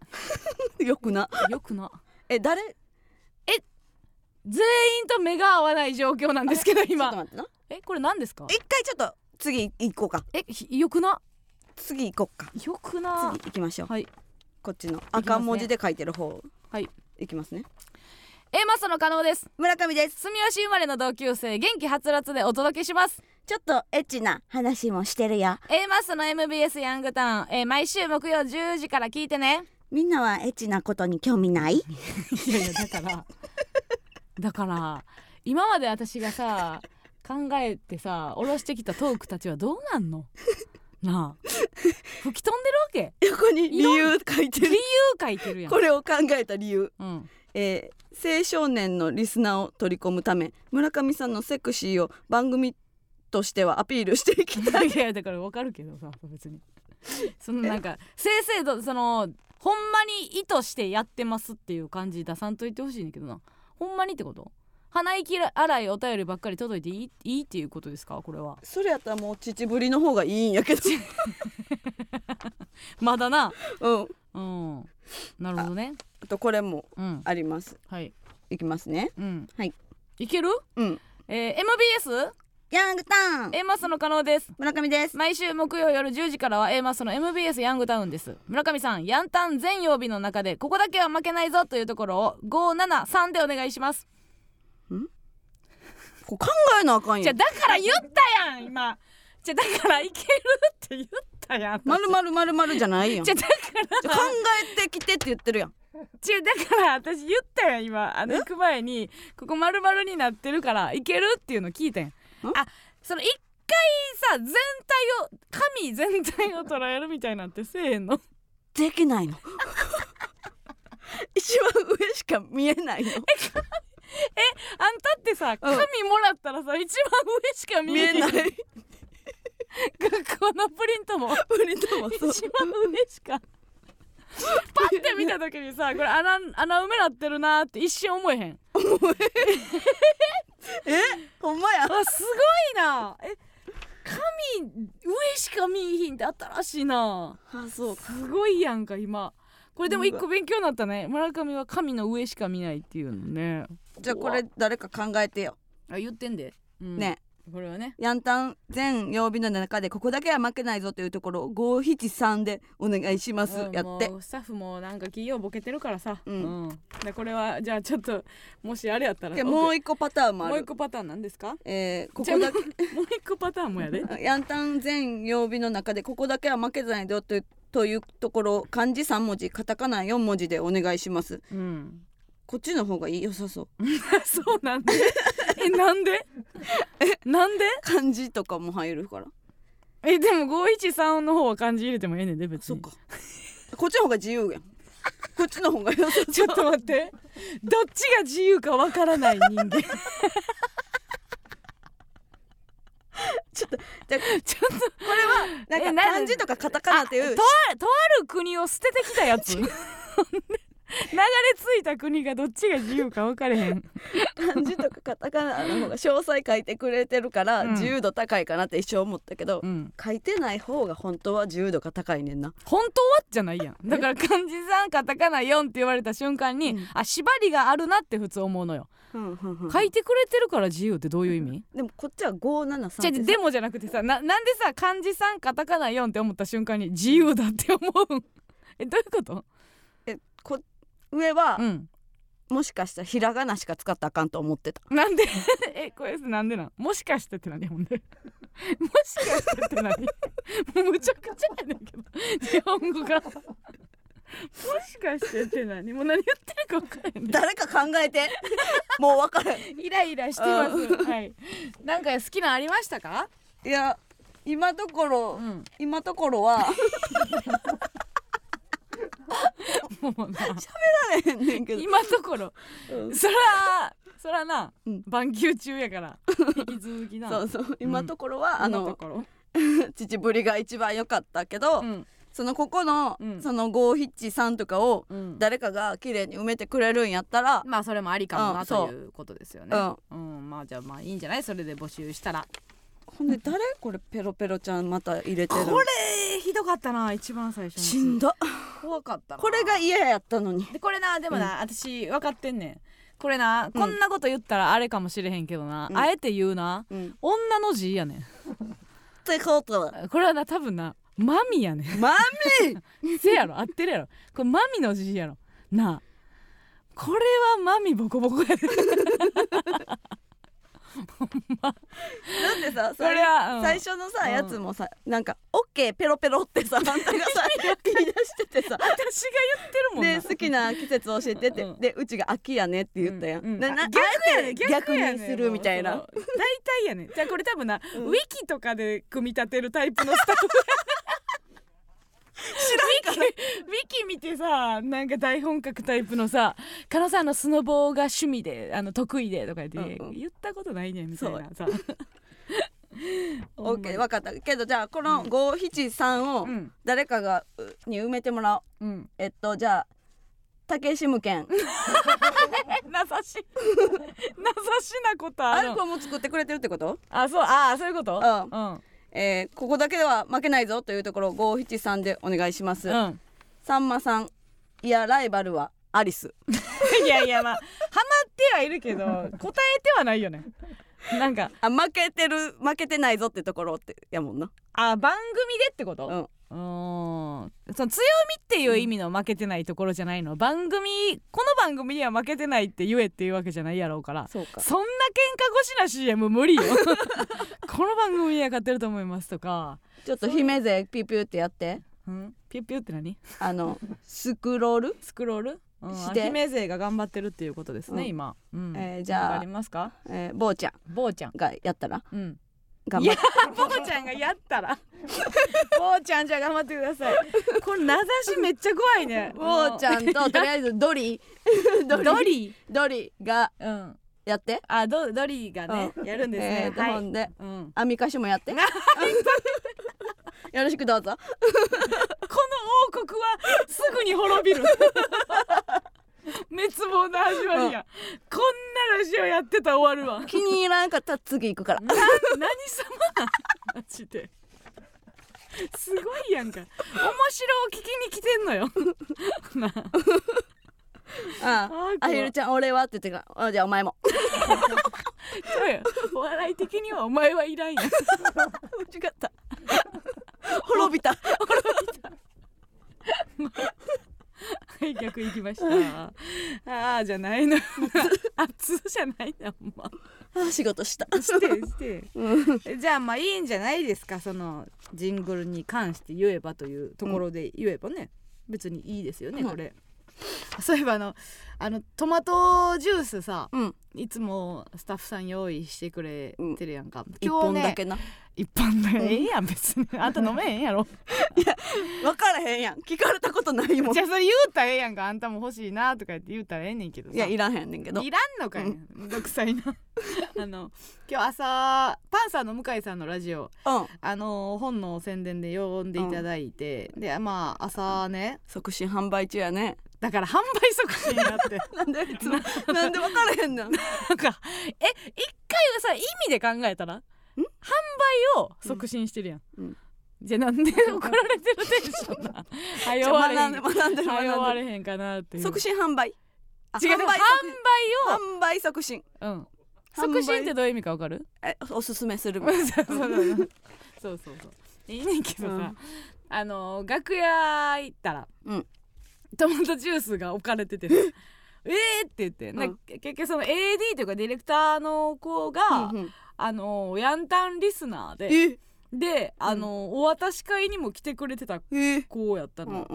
Speaker 1: んよくな
Speaker 2: よくな
Speaker 1: え誰ち
Speaker 2: 全員と目が合わない状況なんですけど
Speaker 1: ょっと
Speaker 2: 今
Speaker 1: 待ってな
Speaker 2: えこれ何ですか
Speaker 1: 一回ちょっと次行こうか
Speaker 2: えひよくな
Speaker 1: 次行こうか
Speaker 2: よくな
Speaker 1: 次行きましょう
Speaker 2: はい
Speaker 1: こっちの
Speaker 2: ますね
Speaker 1: 赤文字で書いてる方
Speaker 2: はい
Speaker 1: 行きますね
Speaker 2: A マッソの可能です
Speaker 1: 村上です
Speaker 2: 住吉生まれの同級生元気はつらつでお届けします
Speaker 1: ちょっとエッチな話もしてるよ
Speaker 2: A マッソの MBS ヤングタウン、えー毎週木曜10時から聞いてね
Speaker 1: みんなはエッチなことに興味ない
Speaker 2: [LAUGHS] いやいやだから [LAUGHS] だから今まで私がさ考えてさ下ろしてきたトークたちはどうなんのなあ吹き飛んで [LAUGHS] るわけ
Speaker 1: 横に理由書いて
Speaker 2: 理由
Speaker 1: る
Speaker 2: 書いてるやん
Speaker 1: これを考えた理由
Speaker 2: うん、
Speaker 1: えー青少年のリスナーを取り込むため村上さんのセクシーを番組としてはアピールしていき [LAUGHS] たい
Speaker 2: [LAUGHS] いやだからわかるけどさ別に [LAUGHS] そのなんか正々とそのほんまに意図してやってますっていう感じ出さんといてほしいねんだけどなほんまにってこと鼻息荒いお便りばっかり届いていいいいっていうことですかこれは
Speaker 1: それやったらもう秩父りの方がいいんや [LAUGHS] けど
Speaker 2: まだな
Speaker 1: うん
Speaker 2: うんなるほどね
Speaker 1: あとこれも
Speaker 2: うん
Speaker 1: あります
Speaker 2: はい
Speaker 1: いきますね
Speaker 2: うん
Speaker 1: はい
Speaker 2: いける
Speaker 1: うん
Speaker 2: えー MBS
Speaker 1: ヤングタウン
Speaker 2: A マスの可能です
Speaker 1: 村上です
Speaker 2: 毎週木曜夜10時からは A マスの MBS ヤングタウンです村上さんヤンタン全曜日の中でここだけは負けないぞというところを573でお願いします
Speaker 1: こう考えなあかん
Speaker 2: じゃ
Speaker 1: よ
Speaker 2: あだから言ったやん今じゃあだからいけるって言ったやん
Speaker 1: まるまるまるまるじゃないやん
Speaker 2: じ
Speaker 1: じゃ
Speaker 2: ゃあだ
Speaker 1: あ
Speaker 2: から
Speaker 1: 考えてきてって言ってるやん
Speaker 2: 違うだから私言ったやん今あの行く前にここ丸々になってるからいけるっていうの聞いたやんあその一回さ全体を神全体を捉えるみたいなんてせえへんの
Speaker 1: できないの [LAUGHS] 一番上しか見えないの
Speaker 2: あんたってさ神もらったらさ、一番上しか見
Speaker 1: 見
Speaker 2: え
Speaker 1: え
Speaker 2: な
Speaker 1: ないい
Speaker 2: 学校のプリントも
Speaker 1: プリントも
Speaker 2: 一
Speaker 1: そう
Speaker 2: 番上しかパッて見た時にさこれ穴穴埋めなってるなーって一瞬思えへん
Speaker 1: えほんまや
Speaker 2: あすごいなえ神上しか見えひんって新しいな
Speaker 1: あそうか
Speaker 2: すごいやんか今これでも一個勉強になったね村上は神の上しか見ないっていうのね
Speaker 1: じゃあこれ誰か考えてよ、
Speaker 2: あ言ってんで、うん
Speaker 1: ね
Speaker 2: これはね
Speaker 1: ヤンタン全曜日の中でここだけは負けないぞというところを573でお願いします、
Speaker 2: うん
Speaker 1: やっ
Speaker 2: も
Speaker 1: て
Speaker 2: うスタッフもなんか企業ボケてるからさ、
Speaker 1: うん
Speaker 2: うんでこれはじゃあちょっともしあれやったら
Speaker 1: でもう
Speaker 2: 一
Speaker 1: 一個パターン
Speaker 2: 個
Speaker 1: もあ
Speaker 2: もう一
Speaker 1: る
Speaker 2: 個パターンなんですか
Speaker 1: えー、こ
Speaker 2: じゃあ
Speaker 1: こ
Speaker 2: も
Speaker 1: だ
Speaker 2: う
Speaker 1: け
Speaker 2: もう一個パターンもやで
Speaker 1: ヤンタン全曜日の中でここだけは負けないぞというというところを漢字3文字カタカナ4文字でお願いします
Speaker 2: うん
Speaker 1: こっちの方がいい良さそう
Speaker 2: [LAUGHS] そうなんでえなんでなんで
Speaker 1: 漢字とかも入るから
Speaker 2: えでも513の方は漢字入れてもええねんで別
Speaker 1: そ
Speaker 2: に
Speaker 1: っかこっちの方が自由やんこっちの方が良さ
Speaker 2: ちょっと待ってどっちが自由かわからない
Speaker 1: [LAUGHS]
Speaker 2: 人間ちょ
Speaker 1: じゃあ
Speaker 2: っと
Speaker 1: なん
Speaker 2: え
Speaker 1: か
Speaker 2: なん
Speaker 1: 漢字とかカタカナっていう
Speaker 2: とあとある国を捨ててきたやつ流れ着いた国がどっちが自由か分かれへん
Speaker 1: 漢字とかカタカナの方が詳細書いてくれてるから
Speaker 2: うん
Speaker 1: 自由度高いかなって一生思ったけど、
Speaker 2: うん
Speaker 1: 書いてない方が本当は自由度が高いねんな
Speaker 2: 本当はじゃないやんだから漢字さんカタカナ4って言われた瞬間に、
Speaker 1: うん
Speaker 2: あ縛りがあるなって普通思うのよ、書いてくれてるから自由ってどういう意味
Speaker 1: でもこっちは573
Speaker 2: じゃでもじゃなくてさななんでさ漢字さんカタカナ4って思った瞬間に自由だって思うん [LAUGHS] えどういうこと
Speaker 1: えこ上は
Speaker 2: うん
Speaker 1: もしかしたらひらがなしか使ったらあかんと思ってた
Speaker 2: なんで [LAUGHS] えこれなんでなんもしかしてって何ほんで [LAUGHS] もしかしてって何も [LAUGHS] うむちゃくちゃやねんけど日本語がも [LAUGHS] しかしてって何もう何言ってるか分からへんねん
Speaker 1: 誰か考え [LAUGHS] てもう分からん
Speaker 2: [LAUGHS] イライラしてます。はい。なんか好きなのありましたか？
Speaker 1: いや今ところ、
Speaker 2: ん。
Speaker 1: 今ところは
Speaker 2: もうな。
Speaker 1: 喋られへんねんけど、
Speaker 2: 今ところ、
Speaker 1: うん
Speaker 2: そらそらな、
Speaker 1: うん
Speaker 2: 晩休中やから引き続きな。
Speaker 1: そうそう今ところは、あ
Speaker 2: 今のと
Speaker 1: の
Speaker 2: ころ。
Speaker 1: 秩父りが一番良かったけど、
Speaker 2: うん。
Speaker 1: そのここの、
Speaker 2: うん
Speaker 1: その五七三とかを
Speaker 2: うん
Speaker 1: 誰かが綺麗に埋めてくれるんやったら、
Speaker 2: まあそれもありかも
Speaker 1: う
Speaker 2: なん
Speaker 1: そう
Speaker 2: ということですよね。うん、まあじゃあまあいいんじゃないそれで募集したら。
Speaker 1: ほんで誰これペロペロちゃんまた入れて
Speaker 2: こ
Speaker 1: る
Speaker 2: れひどかったな一番最初の
Speaker 1: しんど
Speaker 2: 怖かったな
Speaker 1: これが嫌やったのに
Speaker 2: でこれなでもな、私分かってんねんこれなこんなこと言ったらあれかもしれへんけどな、
Speaker 1: うん
Speaker 2: あえて言うな
Speaker 1: うんっ
Speaker 2: 女の字やねん
Speaker 1: てことは
Speaker 2: これはな多分なマミやね
Speaker 1: マミ
Speaker 2: ん [LAUGHS] せやろ合ってるやろこれマミの字やろなあこれはマミボコボコやで [LAUGHS]
Speaker 1: なんでさ
Speaker 2: それは、うん
Speaker 1: 最初のさ
Speaker 2: うん
Speaker 1: やつもさなんか「オッケーペロペロ」って
Speaker 2: [LAUGHS]
Speaker 1: さあんたがさ言い出しててさ
Speaker 2: 私が言ってるもん
Speaker 1: で
Speaker 2: な
Speaker 1: 好きな季節を教えてって
Speaker 2: うん
Speaker 1: でうちが秋やねって言ったやん、
Speaker 2: うんうん
Speaker 1: なな
Speaker 2: あ逆やねん
Speaker 1: あえて
Speaker 2: 逆やねん
Speaker 1: 逆にするみたいな
Speaker 2: もうその大
Speaker 1: [LAUGHS]
Speaker 2: 体やねんじゃあこれ多分な、
Speaker 1: うん
Speaker 2: ウィキとかで組み立てるタイプのスタッフ知らんからウィキウィキ見てさなんか台本書くタイプのさ「狩野さんあのスノボが趣味であの得意で」とか言って、
Speaker 1: うんうん
Speaker 2: 言ったことないねんみたいな [LAUGHS] さ
Speaker 1: [LAUGHS] オッケー分かったけどじゃあこの五七三を
Speaker 2: うん
Speaker 1: 誰かがうに埋めてもらおう
Speaker 2: うん
Speaker 1: えっとじゃあ竹志無剣
Speaker 2: 優しい [LAUGHS] 優しなこと [LAUGHS] あ
Speaker 1: あ
Speaker 2: る
Speaker 1: れこれも作ってくれてるってこと
Speaker 2: あそうああそういうこと
Speaker 1: うん
Speaker 2: うん
Speaker 1: えーここだけでは負けないぞというところ五七三でお願いします、
Speaker 2: うん
Speaker 1: さんまさんいやライバルはアリス
Speaker 2: [LAUGHS] いやいやまあハマってはいるけど答えてはないよねなんか
Speaker 1: あ負けてる負けてないぞってところってやもんな
Speaker 2: あ番組でってこ
Speaker 1: うん
Speaker 2: とうーんその強みっていう意味の負けてないところじゃないの番組この番組には負けてないって言えっていうわけじゃないやろうから
Speaker 1: そうか
Speaker 2: そんな喧嘩腰な CM 無理よ [LAUGHS] この番組には勝ってると思いますとか、
Speaker 1: ちょっと姫勢ピュピュってやって
Speaker 2: うん、ピュッピュって何
Speaker 1: あ [LAUGHS] のスクロール、
Speaker 2: スクロール、うん、
Speaker 1: して
Speaker 2: 姫勢が頑張ってるっていうことですね、
Speaker 1: うん
Speaker 2: 今、うん
Speaker 1: えーじゃあ
Speaker 2: なんかありますか
Speaker 1: えー、坊ちゃん
Speaker 2: 坊ちゃん
Speaker 1: がやったら
Speaker 2: うん
Speaker 1: 頑
Speaker 2: い
Speaker 1: 張
Speaker 2: や
Speaker 1: っ
Speaker 2: ぼーちゃんがやったら [LAUGHS] ぼーちゃんじゃあ頑張ってくださいこれ名指しめっちゃ怖い [LAUGHS] ね
Speaker 1: 坊ちゃんととりあえ [LAUGHS] ずドリードリ
Speaker 2: ドリ
Speaker 1: ドリが
Speaker 2: ーうん
Speaker 1: やって、
Speaker 2: あドドリーがね、やるんです
Speaker 1: え
Speaker 2: ね
Speaker 1: ー、、と
Speaker 2: は
Speaker 1: ほ
Speaker 2: い
Speaker 1: んで
Speaker 2: うん、
Speaker 1: アミカシも [LAUGHS] やってよろしくどうぞ
Speaker 2: この王国はすぐに滅びる [LAUGHS] 滅亡の始まりや、こんなラジオやってたら終わるわ
Speaker 1: 気に入らんかったら次行くから
Speaker 2: な [LAUGHS] 何様 [LAUGHS] マジですごいやんか面白を聞きに来てんのよ [LAUGHS] なあ
Speaker 1: あ
Speaker 2: 怖い
Speaker 1: あアヒルちゃん俺はって言ってからあじゃあお前も
Speaker 2: そうやお笑い的にはお前はいらんや
Speaker 1: [LAUGHS]
Speaker 2: ん
Speaker 1: 間違った [LAUGHS] 滅び [LAUGHS] た
Speaker 2: はい逆行きましたあーじゃない [LAUGHS] のあつじゃないなほんま
Speaker 1: あ仕事した
Speaker 2: してしてじゃあまあいいんじゃないですかそのジングルに関して言えばというところで言えばね、別にいいですよね
Speaker 1: うん
Speaker 2: これ、そういえばあのあのトマトジュースさ
Speaker 1: [LAUGHS] うん
Speaker 2: いつもスタッフさん用意してくれてるやんか、
Speaker 1: 一
Speaker 2: 今日
Speaker 1: 本
Speaker 2: ね
Speaker 1: だけな
Speaker 2: 一本だけええやん別にあんた飲めへんやろ
Speaker 1: 分からへんやん聞かれたことないもん
Speaker 2: [LAUGHS] じゃあそれ言うたらええやんかあんたも欲しいなとか言って言うたらええねんけどさ
Speaker 1: いやいらんへんねんけど
Speaker 2: いらんのかいめんどくさ [LAUGHS] いなあの今日朝パンサーの向井さんのラジオ
Speaker 1: うん
Speaker 2: あの本の宣伝で呼んでいただいて、でまあ朝ね
Speaker 1: 促進販売中やね
Speaker 2: だから販売促進になって [LAUGHS]
Speaker 1: なんでいつもなんで分からへんの
Speaker 2: なんかえ一回さ意味で考えたら販売を促進してるやん、
Speaker 1: うん
Speaker 2: じゃあなんで怒られてるテンション [LAUGHS] なはよわれへ
Speaker 1: 学ん
Speaker 2: ん
Speaker 1: で学
Speaker 2: [LAUGHS]
Speaker 1: んでる
Speaker 2: はよ
Speaker 1: 学
Speaker 2: わ
Speaker 1: んで
Speaker 2: れへんかなって
Speaker 1: る
Speaker 2: いう
Speaker 1: 促進販売あ
Speaker 2: 違う販
Speaker 1: 販
Speaker 2: 売
Speaker 1: 売
Speaker 2: を、
Speaker 1: 促販売促進
Speaker 2: うん、
Speaker 1: 販売
Speaker 2: 促進ってどういう意味かわかる
Speaker 1: えおすすめするみたいな
Speaker 2: [LAUGHS] そうそうそうそうそうそういいねんけどさ、
Speaker 1: うん
Speaker 2: あの楽屋行ったら、
Speaker 1: うん
Speaker 2: トマトジュースが置かれててさ [LAUGHS] えーって言って、な
Speaker 1: うん
Speaker 2: 結局その AD というかディレクターの子が、
Speaker 1: うんうん
Speaker 2: あのヤンタンリスナーで
Speaker 1: え
Speaker 2: であの、お渡し会にも来てくれてた
Speaker 1: え
Speaker 2: 子やった
Speaker 1: うん
Speaker 2: の、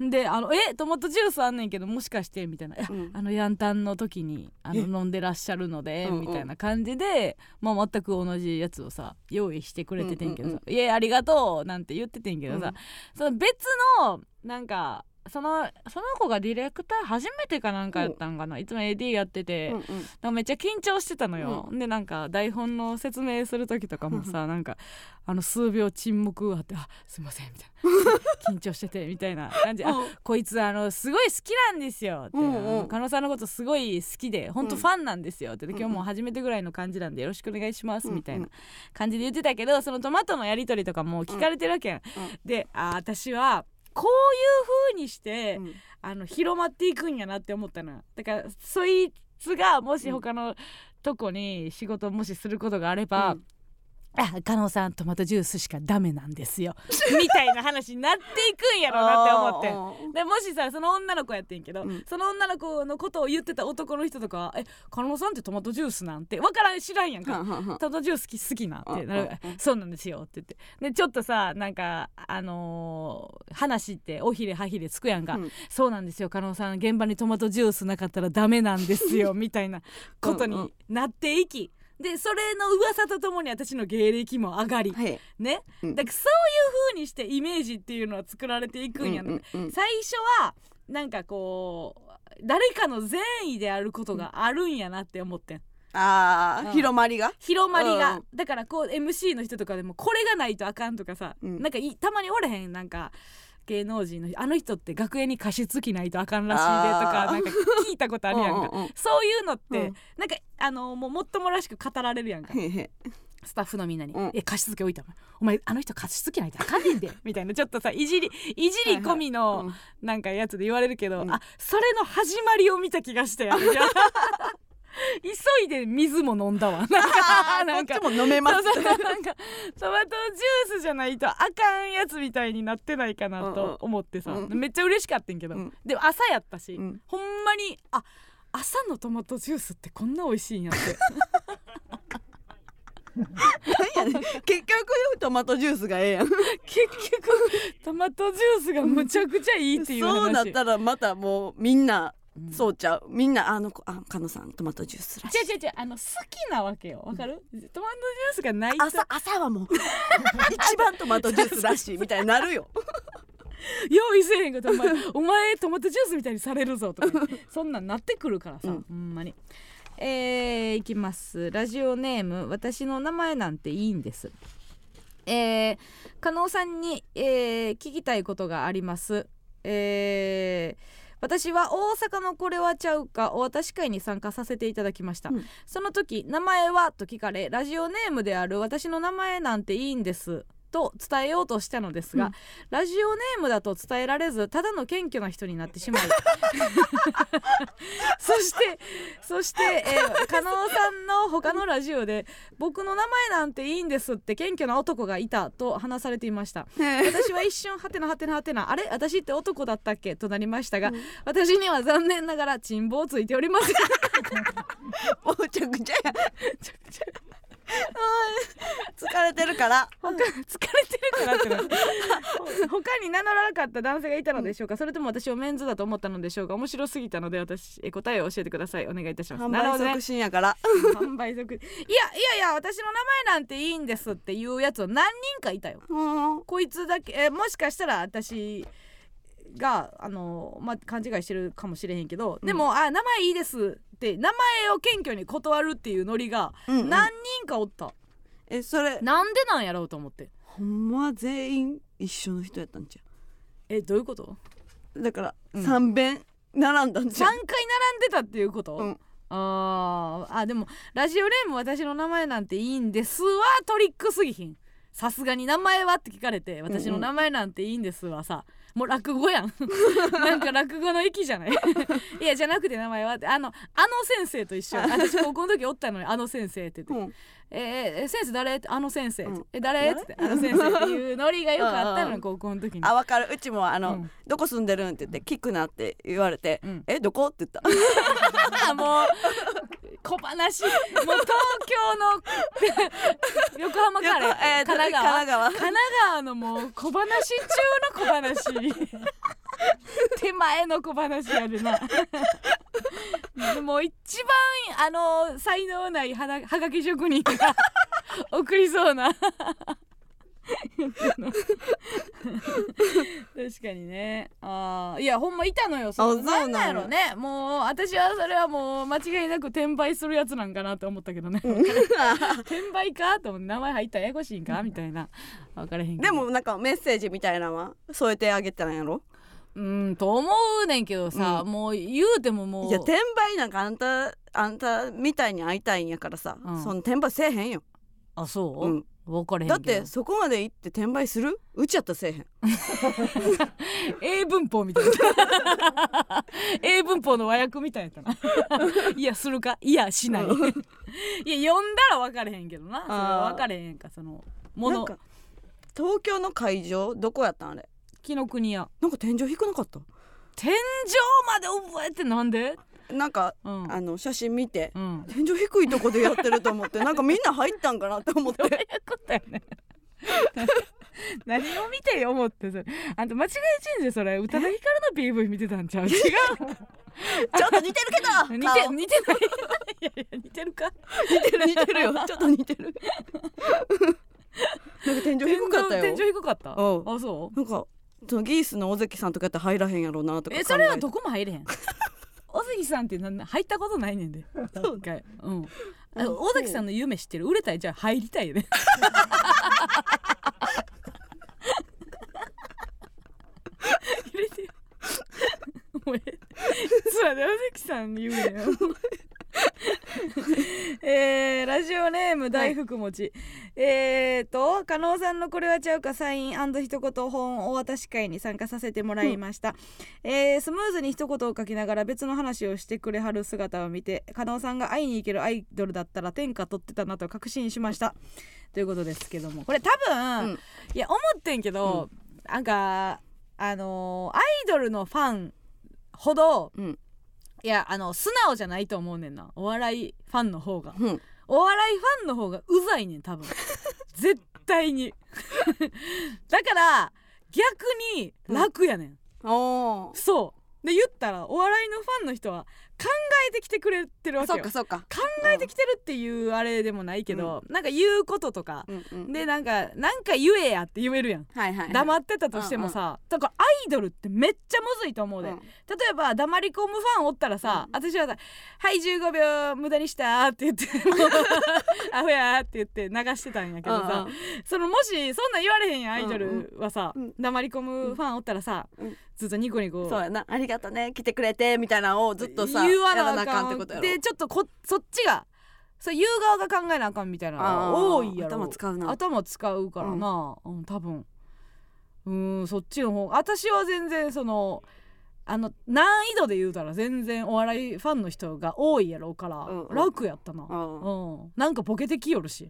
Speaker 1: うん
Speaker 2: であの「えトマトジュースあんねんけどもしかして」みたいな「いや
Speaker 1: うん
Speaker 2: あのヤンタンの時にあ
Speaker 1: え
Speaker 2: の飲んでらっしゃるので
Speaker 1: うんうん
Speaker 2: みたいな感じで、まあ、全く同じやつをさ用意してくれててんけど
Speaker 1: うん
Speaker 2: さ「いやありがとう」なんて言っててんけどさ、その別のなんかそのその子がディレクター初めてかなんかやったんかな、いつも AD やってて、
Speaker 1: うんうん
Speaker 2: なんかめっちゃ緊張してたのよ、でなんか台本の説明する時とか
Speaker 1: [LAUGHS]
Speaker 2: もさなんかあの数秒沈黙があって「あすいません」みたい
Speaker 1: [LAUGHS]
Speaker 2: な緊張しててみたいな感じで「あこいつあのすごい好きなんですよ」って「
Speaker 1: うんうん
Speaker 2: あの加納さんのことすごい好きで本当ファンなんですよ」って「今日もう初めてぐらいの感じなんでよろしくお願いします」みたいな感じで言ってたけどそのトマトのやり取りとかも聞かれてるわけやん。であ私はこういう風にして、
Speaker 1: うん
Speaker 2: あの広まっていくんやなって思ったなだからそいつがもし他のとこに仕事をもしすることがあれば、
Speaker 1: うん
Speaker 2: あ加納さんトマトジュースしかダメなんですよみたいな話になっていくんやろなって思って。 [LAUGHS] でもしさその女の子やってんけど、
Speaker 1: うん
Speaker 2: その女の子のことを言ってた男の人とかは「え加納さんってトマトジュースなんてわからん知らんやんか」
Speaker 1: はんはんはん
Speaker 2: トマトジュース好き好きなってなる
Speaker 1: うんうんうん
Speaker 2: そうなんですよって言ってでちょっとさなんかあのー話っておひれはひれつくやんか、
Speaker 1: うん
Speaker 2: そうなんですよ加納さん現場にトマトジュースなかったらダメなんで
Speaker 1: [LAUGHS]
Speaker 2: すよみたいなこと
Speaker 1: うんう
Speaker 2: に
Speaker 1: ん
Speaker 2: なっていきでそれの噂とともに私の芸歴も上がり、
Speaker 1: はい
Speaker 2: ね、
Speaker 1: うん
Speaker 2: だからそういう風にしてイメージっていうのは作られていくんやな、
Speaker 1: うんうんうん
Speaker 2: 最初はなんかこう誰かの善意であることがあるんやなって思ってん
Speaker 1: あ
Speaker 2: う
Speaker 1: ー
Speaker 2: ん
Speaker 1: 広まりが
Speaker 2: 広まり
Speaker 1: う
Speaker 2: が、
Speaker 1: ん
Speaker 2: だからこう MC の人とかでもこれがないとあかんとかさ、
Speaker 1: うん
Speaker 2: なんかいたまにおれへんなんか芸能人のあの人って学園に加湿器ないとあかんらしいでとか
Speaker 1: あー
Speaker 2: なんか聞いたことあるやんか
Speaker 1: うんうんうん
Speaker 2: そういうのって、
Speaker 1: うん
Speaker 2: なんかあのもうもっともらしく語られるやんか
Speaker 1: へへ
Speaker 2: スタッフのみんなに
Speaker 1: うん
Speaker 2: 「え加湿器置いたお前お前あの人加湿器ないとあかんねんで」みたいなちょっとさいじりいじり込み
Speaker 1: はいはい
Speaker 2: の
Speaker 1: うん
Speaker 2: なんかやつで言われるけど、
Speaker 1: うん
Speaker 2: あそれの始まりを見た気がしてあれ [LAUGHS] 急いで水も飲ん [LAUGHS] だわなんかなんか
Speaker 1: こっちも飲めます
Speaker 2: そうそうなんかトマトジュースじゃないとあかんやつみたいになってないかな
Speaker 1: うんうん
Speaker 2: と思ってさ、
Speaker 1: うん
Speaker 2: めっちゃ嬉しかったんけど、
Speaker 1: うん
Speaker 2: でも朝やったし、
Speaker 1: うん
Speaker 2: ほんまにあ朝のトマトジュースってこんな美味しいんやって [LAUGHS]
Speaker 1: なんやねん結局トマトジュースがええやん
Speaker 2: 結局トマトジュースがむちゃくちゃいいっていう話
Speaker 1: そうなったらまたもうみんなそうちゃうみんなあの子あカノさんトマトジュースらしい
Speaker 2: 違う違う違うあの好きなわけよわかる、トマトジュースがないと
Speaker 1: 朝朝はもう [LAUGHS] 一番トマトジュースらしいみたいになるよ
Speaker 2: 用意せえへんかったお前お前トマトジュースみたいにされるぞとかそんなんなってくるからさ、
Speaker 1: うん
Speaker 2: ほんまにえー、いきますラジオネーム私の名前なんていいんですえー、加納さんに、えー聞きたいことがありますえー私は大阪のこれはちゃうかお渡し会に参加させていただきました、
Speaker 1: うん
Speaker 2: その時名前はと聞かれラジオネームである私の名前なんていいんですと伝えようとしたのですが、
Speaker 1: うん
Speaker 2: ラジオネームだと伝えられずただの謙虚な人になってしまいそしてそして、えー、加納さんの他のラジオで「僕の名前なんていいんです」って謙虚な男がいたと話されていました私は一瞬はてなはてなはてなあれ私って男だったっけとなりましたが、私には残念ながら沈望ついておりません
Speaker 1: もうちゃくちゃや [LAUGHS] 疲れてるから
Speaker 2: 他疲れてるからってなって [LAUGHS] 他に名乗らなかった男性がいたのでしょうかそれとも私をメンズだと思ったのでしょうか面白すぎたので私え答えを教えてくださいお願いいたします
Speaker 1: 販
Speaker 2: なるほ
Speaker 1: 売
Speaker 2: どね
Speaker 1: 促進やから
Speaker 2: 販売促いやいやいや私の名前なんていいんですっていうやつは何人かいたよ
Speaker 1: うん
Speaker 2: こいつだけえもしかしたら私があの、まあ、勘違いしてるかもしれへんけど、でも「あ名前いいです」って名前を謙虚に断るっていうノリが
Speaker 1: うんうん
Speaker 2: 何人かおった、
Speaker 1: えそれ
Speaker 2: なんでなんやろうと思って
Speaker 1: ほんまは全員一緒の人やったんちゃ
Speaker 2: えどういうこと
Speaker 1: うだから
Speaker 2: うん
Speaker 1: 三遍並んだん
Speaker 2: ?3
Speaker 1: ちゃ
Speaker 2: 回
Speaker 1: う
Speaker 2: 並んでたっていうこと、
Speaker 1: うん
Speaker 2: あーあでもラジオネーム私の名前なんていいんですはトリックすぎひんさすがに名前はって聞かれて私の名前なんていいんですはさもう落語や
Speaker 1: [LAUGHS]
Speaker 2: んなんか落語の域じゃないいやじゃなくて名前はってあのあの先生と一緒私高校の時おったのにあの先生って言って、
Speaker 1: うん
Speaker 2: えーえー先生誰ってあの先生、
Speaker 1: うん
Speaker 2: え誰ってあの先生っていうノリがよくあったのよ高校の時に
Speaker 1: あわかるうちもあの、
Speaker 2: うん
Speaker 1: どこ住んでるんって言って聞くなって言われて、
Speaker 2: うん
Speaker 1: えどこって言った
Speaker 2: あ [LAUGHS] もう小話もう東京の [LAUGHS] 横浜か
Speaker 1: 横
Speaker 2: ら、
Speaker 1: [LAUGHS] えーと
Speaker 2: 神奈川
Speaker 1: 神奈川
Speaker 2: 神奈川のもう小話中の小話 [LAUGHS] 手前の小話やるなでも一番あ [LAUGHS] の才能ないはなはがき職人が送りそうな確かにねあーいやほんまいたのよ
Speaker 1: あ
Speaker 2: そ
Speaker 1: そううな
Speaker 2: なんん
Speaker 1: や
Speaker 2: なんやろねもう私はそれはもう間違いなく転売するやつなんかなと思ったけどね [LAUGHS] 転売かと思って名前入ったらややこしいんかみたいな分からへんけ
Speaker 1: で
Speaker 2: ど
Speaker 1: もなんかメッセージみたいなのは添えてあげたんやろ
Speaker 2: うんと思うねんけどさ、
Speaker 1: う
Speaker 2: もう言うてももう
Speaker 1: いや転売なんかあんたあんたみたいに会いたいんやからさ、
Speaker 2: うん
Speaker 1: その転売せえへんよ、
Speaker 2: あそう、
Speaker 1: うん、
Speaker 2: 分からへんけど
Speaker 1: だってそこまで行って転売するうちやったらせえへん
Speaker 2: 英文法みたいな [LAUGHS] 英文法の和訳みたいやった
Speaker 1: [LAUGHS]
Speaker 2: ないやするかいやしない [LAUGHS] いや読んだら分かれへんけどなそれは
Speaker 1: あー
Speaker 2: 分かれへんかそのも
Speaker 1: なん
Speaker 2: の
Speaker 1: か東京の会場どこやったんあれ
Speaker 2: 紀の国屋
Speaker 1: なんか天井低くなかった
Speaker 2: 天井まで覚えてなんで
Speaker 1: なんか、
Speaker 2: うん
Speaker 1: あの写真見て、
Speaker 2: うん [LAUGHS] ど
Speaker 1: 天井低いとこでやってると思ってなんかみんな入ったんかなと思っ
Speaker 2: ういう
Speaker 1: て
Speaker 2: ことやねん [LAUGHS] 何を見て思ってそれあんた間違いちんじゃそれ宇多田ヒカルの PV 見てたんちゃう違う
Speaker 1: ちょっと似てるけど
Speaker 2: [LAUGHS] 似
Speaker 1: 顔
Speaker 2: て似てない
Speaker 1: [LAUGHS]
Speaker 2: いやいや似てるか
Speaker 1: 似てる似て [LAUGHS]
Speaker 2: [LAUGHS]
Speaker 1: るよちょっと似てるなんか天井低かった
Speaker 2: 天井
Speaker 1: よ
Speaker 2: 天井低かった
Speaker 1: うん
Speaker 2: あそう
Speaker 1: なんかそのギースの尾関さんとかやったら入らへんやろうなとか考
Speaker 2: え
Speaker 1: え
Speaker 2: それはどこも入れへん [LAUGHS] 尾関さんってなん入ったことないねんで一回うん
Speaker 1: う
Speaker 2: あ
Speaker 1: ん
Speaker 2: 尾関さんの夢知ってる売れたいじゃあ入りたいよね入れてよもうええそうだね尾関さんの夢だよえー、ラジオネーム大福持ち、えーと加納さんのこれはちゃうかサイン一言本お渡し会に参加させてもらいました、えースムーズに一言を書きながら別の話をしてくれはる姿を見て加納さんが会いに行けるアイドルだったら天下取ってたなと確信しましたということですけどもこれ多分、
Speaker 1: うん
Speaker 2: いや思ってんけど、なんかあのーアイドルのファンほど、
Speaker 1: うん
Speaker 2: いやあの素直じゃないと思うねんなお笑いファンの方が。
Speaker 1: うん
Speaker 2: お笑いファンの方がうざいねん
Speaker 1: [LAUGHS]
Speaker 2: 多分絶対に [LAUGHS] だから逆に楽やねん、
Speaker 1: おー
Speaker 2: そうで言ったらお笑いのファンの人は考えてきてくれてるわけ
Speaker 1: そっ
Speaker 2: よ
Speaker 1: か
Speaker 2: 考
Speaker 1: そっか
Speaker 2: えてきてるっていうあれでもないけど、なんか言うこととか、
Speaker 1: うんうん
Speaker 2: でなんかなんか言えやって言えるやん
Speaker 1: はいはい
Speaker 2: 黙ってたとしてもさ、だからアイドルってめっちゃむずいと思うで、
Speaker 1: うん
Speaker 2: 例えば黙り込むファンおったらさ、私はさ「はい15秒無駄にした」って
Speaker 1: [LAUGHS]
Speaker 2: 言って「もうアホや」って言って流してたんやけどさ、そのもしそんなん言われへんやんアイドルはさ、
Speaker 1: うんうん
Speaker 2: 黙り込むファンおったらさ、
Speaker 1: うん
Speaker 2: ずっとニコニ
Speaker 1: う
Speaker 2: コ
Speaker 1: んそうやなありがとね来てくれてみたいなのをずっとさ
Speaker 2: 言わ
Speaker 1: やら
Speaker 2: な
Speaker 1: な
Speaker 2: あ
Speaker 1: あ
Speaker 2: か
Speaker 1: か
Speaker 2: ん
Speaker 1: んってことやろ
Speaker 2: でちょっとこそっちがそう言う側が考えなあかんみたいな
Speaker 1: あー
Speaker 2: の多いやろ
Speaker 1: 頭使うな
Speaker 2: 頭使うからな、うん多分うーんそっちの方私は全然そのあの難易度で言うたら全然お笑いファンの人が多いやろうから、
Speaker 1: うんうん
Speaker 2: 楽やったな、
Speaker 1: う
Speaker 2: うんん、なんかボケてきよ
Speaker 1: [LAUGHS]
Speaker 2: るし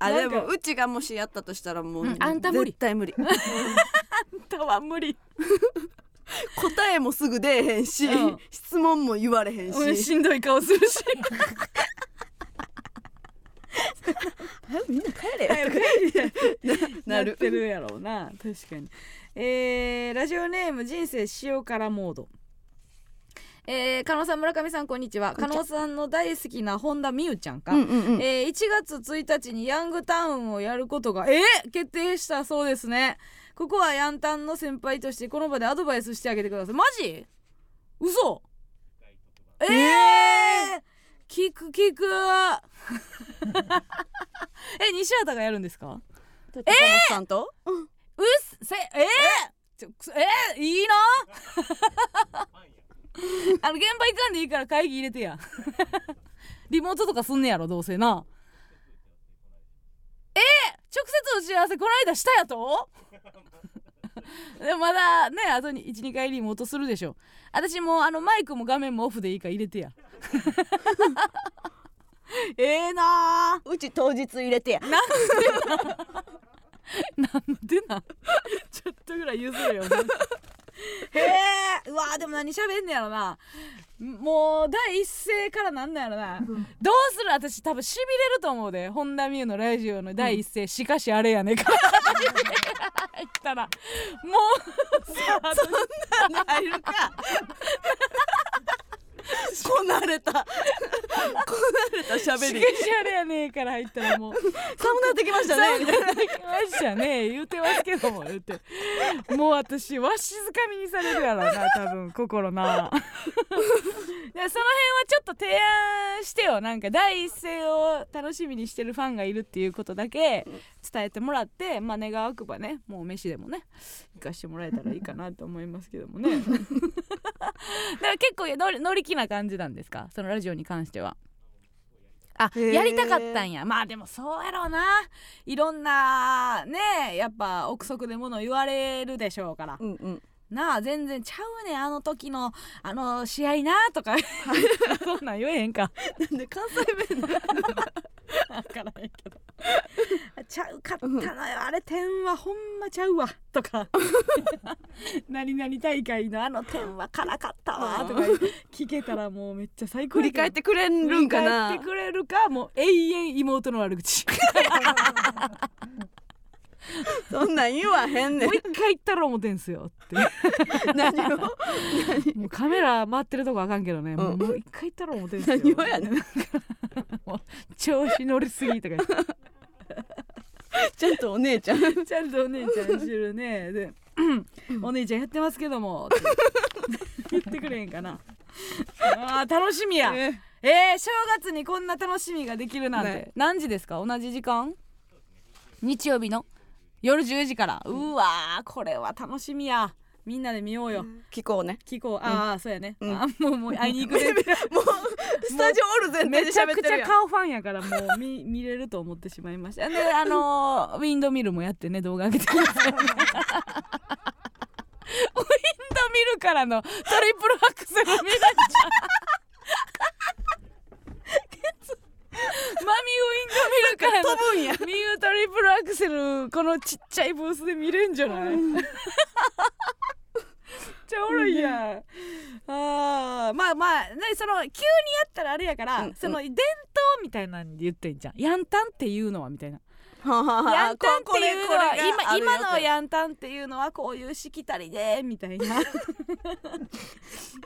Speaker 1: あ
Speaker 2: な
Speaker 1: で
Speaker 2: んか
Speaker 1: もうちがもしやったとしたらもう、
Speaker 2: うんあんた無理
Speaker 1: 絶対無理
Speaker 2: だわ無理
Speaker 1: 答えもすぐ出えへんし、
Speaker 2: うん
Speaker 1: 質問も言われへんし、
Speaker 2: うんしんどい顔するし
Speaker 1: 早くみんな帰れよ [LAUGHS] な
Speaker 2: な
Speaker 1: る
Speaker 2: ってるやろうな確かにえーラジオネーム人生塩辛モードえー、加納さん村上さんこんにちは加納さんの大好きな本田美優ちゃんか、
Speaker 1: うんうんうん
Speaker 2: えー1月1日にヤングタウンをやることがえー決定したそうですねここはヤンタンの先輩としてこの場でアドバイスしてあげてくださいマジ嘘えー、聞く聞く [LAUGHS] え西畑がやるんですか
Speaker 1: えー、さんと、
Speaker 2: うっせえー、ちょくそえー、いいのあの現場行かんでいいから会議入れてや [LAUGHS] リモートとかすんねやろどうせなえー、直接打ち合わせこの間したやとでもまだねあと12回リモートするでしょ私もうあのマイクも画面もオフでいいから入れてや [LAUGHS] ええなー
Speaker 1: うち当日入れてや
Speaker 2: なんでなん [LAUGHS] ちょっとぐらい譲るよ [LAUGHS] へえうわーでも何喋んねやろなもう第一声からなんなんやろなどうする私多分しびれると思うで本田望結のラジオの第一声、しかしあれやねんから [LAUGHS] 言ったらもう [LAUGHS] さそ
Speaker 1: [LAUGHS] 入るかこなれたれた喋
Speaker 5: し
Speaker 1: り
Speaker 5: かしあれやねえから入ったらもう
Speaker 1: 寒くなってきましたねみたいな
Speaker 5: マジやね言うてますけども言うてもう私わしづかみにされるやろうな多分心なでその辺はちょっと提案してよなんか第一声を楽しみにしてるファンがいるっていうことだけ伝えてもらってまあ願わくばねもう飯でもね行かしてもらえたらいいかなと思いますけどもねだから結構乗り乗り気な感じなんですかそのラジオに関してはあ
Speaker 1: へー
Speaker 5: やりたかったんやまあでもそうやろうないろんなねやっぱ憶測でもの言われるでしょうから
Speaker 1: うんうん
Speaker 5: なあ全然ちゃうねんあの時のあの試合なとか [LAUGHS] そんなん言えへんか
Speaker 1: なんで関西弁の
Speaker 5: 分からへんけど
Speaker 2: ちゃうかったのよあれ点はほんまちゃうわとか
Speaker 5: [LAUGHS] 何々大会のあの点は辛かったわとか
Speaker 2: 聞けたらもうめっちゃ最
Speaker 1: 振
Speaker 2: 高や
Speaker 1: り
Speaker 2: けど
Speaker 1: 返ってくれるんか
Speaker 5: 振り返
Speaker 1: な
Speaker 5: ってくれるかもう永遠妹の悪口
Speaker 1: [LAUGHS] そんなん言わへんねん
Speaker 5: もう一回行ったろ思てんすよって
Speaker 1: 何を
Speaker 5: もうカメラ回ってるとこあかんけどね、もう
Speaker 1: うん
Speaker 5: もう一回行ったろ思てんすよ
Speaker 1: 何をやねん
Speaker 5: 調子乗りす
Speaker 2: [LAUGHS]
Speaker 5: ぎとか言って
Speaker 1: ちゃんとお姉ちゃん
Speaker 2: ちゃんとお姉ちゃん知るねで、お姉ちゃんやってますけ
Speaker 5: [LAUGHS]
Speaker 2: どもって言ってくれへんかなあー楽しみやえ
Speaker 1: ね
Speaker 2: ー正月にこんな楽しみができるなんて、
Speaker 1: ね
Speaker 2: 何時ですか同じ時間日曜日の夜10時からうわーこれは楽しみやみんなで見ようよ
Speaker 1: 聞こうね
Speaker 2: 聞こうああ、そうやね、
Speaker 1: うん
Speaker 2: あもうもう会いに行く
Speaker 5: [LAUGHS]
Speaker 2: ね
Speaker 1: もうスタジオおる前提
Speaker 2: め
Speaker 1: で
Speaker 2: ちゃ
Speaker 1: 喋
Speaker 2: く
Speaker 1: って
Speaker 2: ち
Speaker 1: る
Speaker 2: ゃ
Speaker 1: やん
Speaker 2: 顔ファンやからもう
Speaker 1: [LAUGHS]
Speaker 2: 見見れると思ってしまいましたであのーウィンドミルもやってね [LAUGHS] 動画上げてますウィンドミルからのトリプルアクセル見られちゃうマミウィンドミルからの
Speaker 1: 飛ぶんや
Speaker 2: ミュートリプルアクセルこのちっちゃいブースで見れんじゃないめっちゃおもろいやんあーまあまあねその急にやったらあれやから、
Speaker 1: うんうん
Speaker 2: その伝統みたいなんで言ってんじゃんヤンタンっていうのはみたいな
Speaker 1: ははは
Speaker 2: ヤンタンっていうの
Speaker 1: こ
Speaker 2: は
Speaker 1: れこれが
Speaker 2: 今
Speaker 1: あるよ
Speaker 2: 今の
Speaker 1: って
Speaker 2: ヤンタンっていうのはこういうしきたりでみたいな [LAUGHS]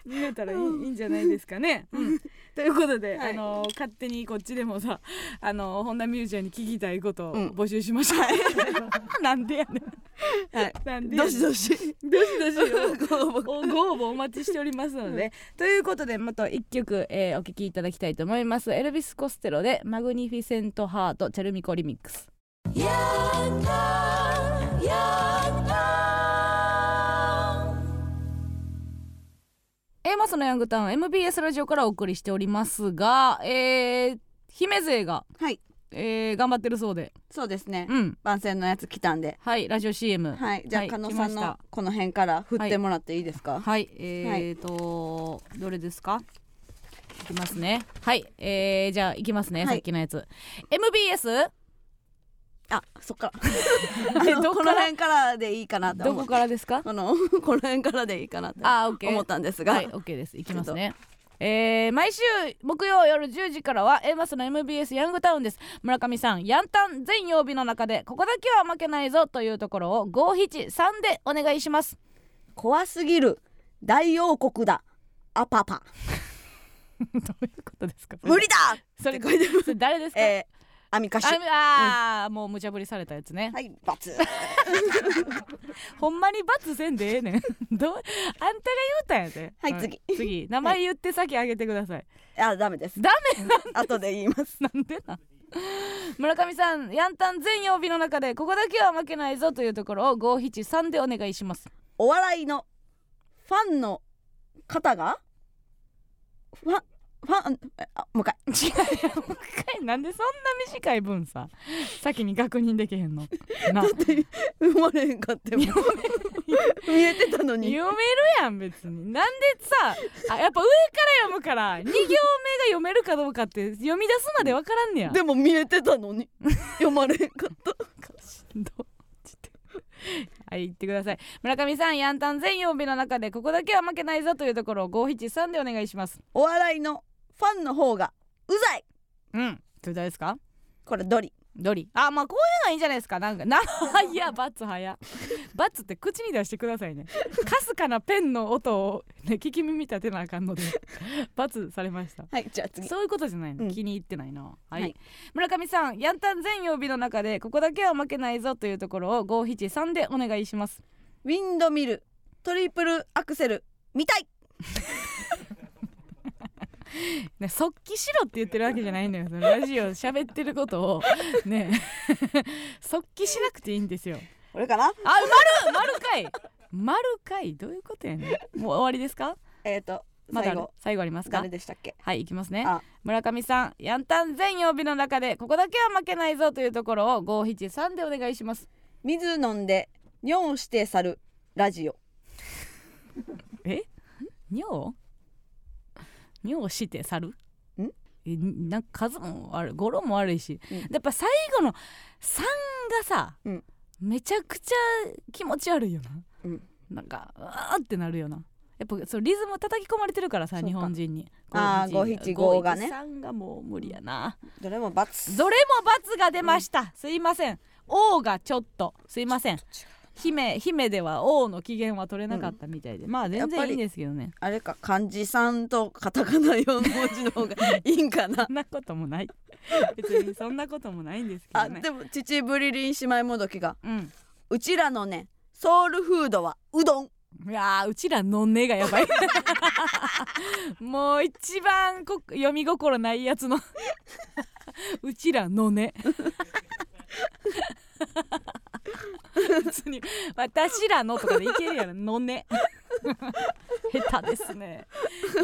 Speaker 2: 見れたらいい,、ん、いいんじゃないですかね。うん、ということで、
Speaker 1: はい
Speaker 2: あの勝手にこっちでもさあの本田ミュージアムに聞きたいことを
Speaker 1: うん
Speaker 2: 募集しました、 [LAUGHS] なんでやね
Speaker 1: はい
Speaker 2: ん。なんでや
Speaker 1: ど
Speaker 2: ねん
Speaker 1: しどし [LAUGHS]
Speaker 2: どしどしごご応募お待ちしておりますのでということでまた一曲、えーお聴きいただきたいと思いますエルビス・コステロで「マグニフィセント・ハート」チェルミコリミックスエーマスのヤングタウン MBS ラジオからお送りしておりますが、えー、姫勢が、
Speaker 1: はい
Speaker 2: えー頑張ってるそうで、
Speaker 1: そうですね
Speaker 2: うん、
Speaker 1: 番宣のやつ来たんで
Speaker 2: はいラジオ CM はい、
Speaker 1: はいじゃあ
Speaker 2: はい
Speaker 1: 加納
Speaker 2: 来ま
Speaker 1: さ
Speaker 2: し
Speaker 1: ん
Speaker 2: た
Speaker 1: のこの辺から振ってもらっていいですか
Speaker 2: えーとどれですかいきますねはい、えー、じゃあいきますね、
Speaker 1: はい
Speaker 2: さっきのやつ MBS
Speaker 1: あそっから
Speaker 2: え
Speaker 1: [LAUGHS] あの
Speaker 2: どこ
Speaker 1: こ
Speaker 2: から
Speaker 1: の辺からでいいかなと
Speaker 2: ど
Speaker 1: 思
Speaker 2: こ
Speaker 1: う
Speaker 2: からですか
Speaker 1: このこの辺からでいいかなって
Speaker 2: あー OK
Speaker 1: 思ったん [LAUGHS] ですが、
Speaker 2: はい OK ですいきますねえー、毎週木曜夜10時からは A マスの MBS ヤングタウンです村上さんヤンタン全曜日の中でここだけは負けないぞというところを573でお願いします [LAUGHS]
Speaker 1: 怖すぎる大王国だアパパ
Speaker 2: どういうことですか
Speaker 1: 無理だ
Speaker 2: それ
Speaker 1: って書いてある
Speaker 2: それ誰ですか、
Speaker 1: [LAUGHS] えー、アミカシ
Speaker 2: ああー、もう無茶ぶりされたやつね、
Speaker 1: はいバ
Speaker 2: [LAUGHS]
Speaker 1: ツ
Speaker 2: ほんまに罰せんでええねん [LAUGHS] どうあんたが言うたんやで
Speaker 1: はい
Speaker 2: うん
Speaker 1: 次
Speaker 2: 次名前言って先あげてください、
Speaker 1: あダメです
Speaker 2: ダ
Speaker 1: 後で言います
Speaker 2: なんでなん村上さんヤンタン全曜日の中でここだけは負けないぞというところを573でお願いします
Speaker 1: お笑いのファンの方がファンファンあもう一回
Speaker 2: [LAUGHS] 違うもう一回なんでそんな短い分さ先に確認でき
Speaker 1: [LAUGHS]
Speaker 2: へんのな
Speaker 1: だって生まれへんかっても見えてたの
Speaker 2: 読め
Speaker 1: に
Speaker 2: るやん別になんでさあやっぱ上から読むから2行目が読めるかどうかって読み出すまで分からんね
Speaker 1: [LAUGHS]
Speaker 2: や
Speaker 1: でも見えてたの [LAUGHS] に読まれへんかった
Speaker 2: どっちってはい言ってください村上さんヤンタン全曜日の中でここだけは負けないぞというところを573でお願いします
Speaker 1: お笑いのファンの方がうざい
Speaker 2: うんそれ誰ですか
Speaker 1: これドリ
Speaker 2: ドリあまあこうい
Speaker 4: ないいんじゃないですかなんかな
Speaker 2: いやバツ早バツって口に出してくださいねかすかなペンの音を、ね、聞き耳立てなあかんのでバツされました
Speaker 1: はいじゃあ次
Speaker 2: そういうことじゃないの、
Speaker 1: うん
Speaker 2: 気に入ってないなはい、
Speaker 1: はい
Speaker 4: 村上さんヤンタン全曜日の中でここだけは負けないぞというところを五七三でお願いします
Speaker 1: ウィンドミルトリプルアクセル見たい
Speaker 2: ね即帰しろって言ってるわけじゃないのよそのラジオ喋ってることをね [LAUGHS] 即帰しなくていいんですよ
Speaker 1: これかな
Speaker 2: あ丸丸かい [LAUGHS] 丸かいどういうことやねんもう終わりですか
Speaker 1: えっ、ー、と
Speaker 2: まだあ
Speaker 1: 最
Speaker 2: る
Speaker 1: 後
Speaker 2: 最後ありますか
Speaker 1: 誰でしたっけ
Speaker 2: はい行きますね
Speaker 1: あ
Speaker 2: 村上さんヤンタン全曜日の中でここだけは負けないぞというところを573でお願いします
Speaker 1: 水飲んで尿をして去るラジオ
Speaker 2: え尿尿して去る
Speaker 1: ん
Speaker 2: えなんか数もある語呂も悪いし、
Speaker 1: うん
Speaker 2: やっぱ最後の3がさ、
Speaker 1: うん
Speaker 2: めちゃくちゃ気持ち悪いよな、
Speaker 1: うん
Speaker 2: なんかうわーってなるよなやっぱそうリズム叩き込まれてるからさ
Speaker 1: そうか
Speaker 2: 日本人に
Speaker 1: あー575がね
Speaker 2: 3がもう無理やな、
Speaker 1: どれも×
Speaker 2: どれも×が出ました、すいません王がちょっとすいません姫姫では王の機嫌は取れなかったみたいで、まあ全
Speaker 1: やっぱ
Speaker 2: 然
Speaker 1: り
Speaker 2: いいんですけどね
Speaker 1: あれか漢字さんとカタカナ4文字の [LAUGHS] 方がいいんかな
Speaker 2: そんなことも
Speaker 1: [LAUGHS]
Speaker 2: ない別にそんなこともないんですけど
Speaker 1: あ
Speaker 2: ね
Speaker 1: でも父ブリリン姉妹もどきが
Speaker 2: うん
Speaker 1: うちらのねソウルフードはうどん
Speaker 2: いやーうちらのんねがやばいもう一番こ読み心ないやつのうちらのね別に私らのとかでいけるやろの [LAUGHS] ね下手ですね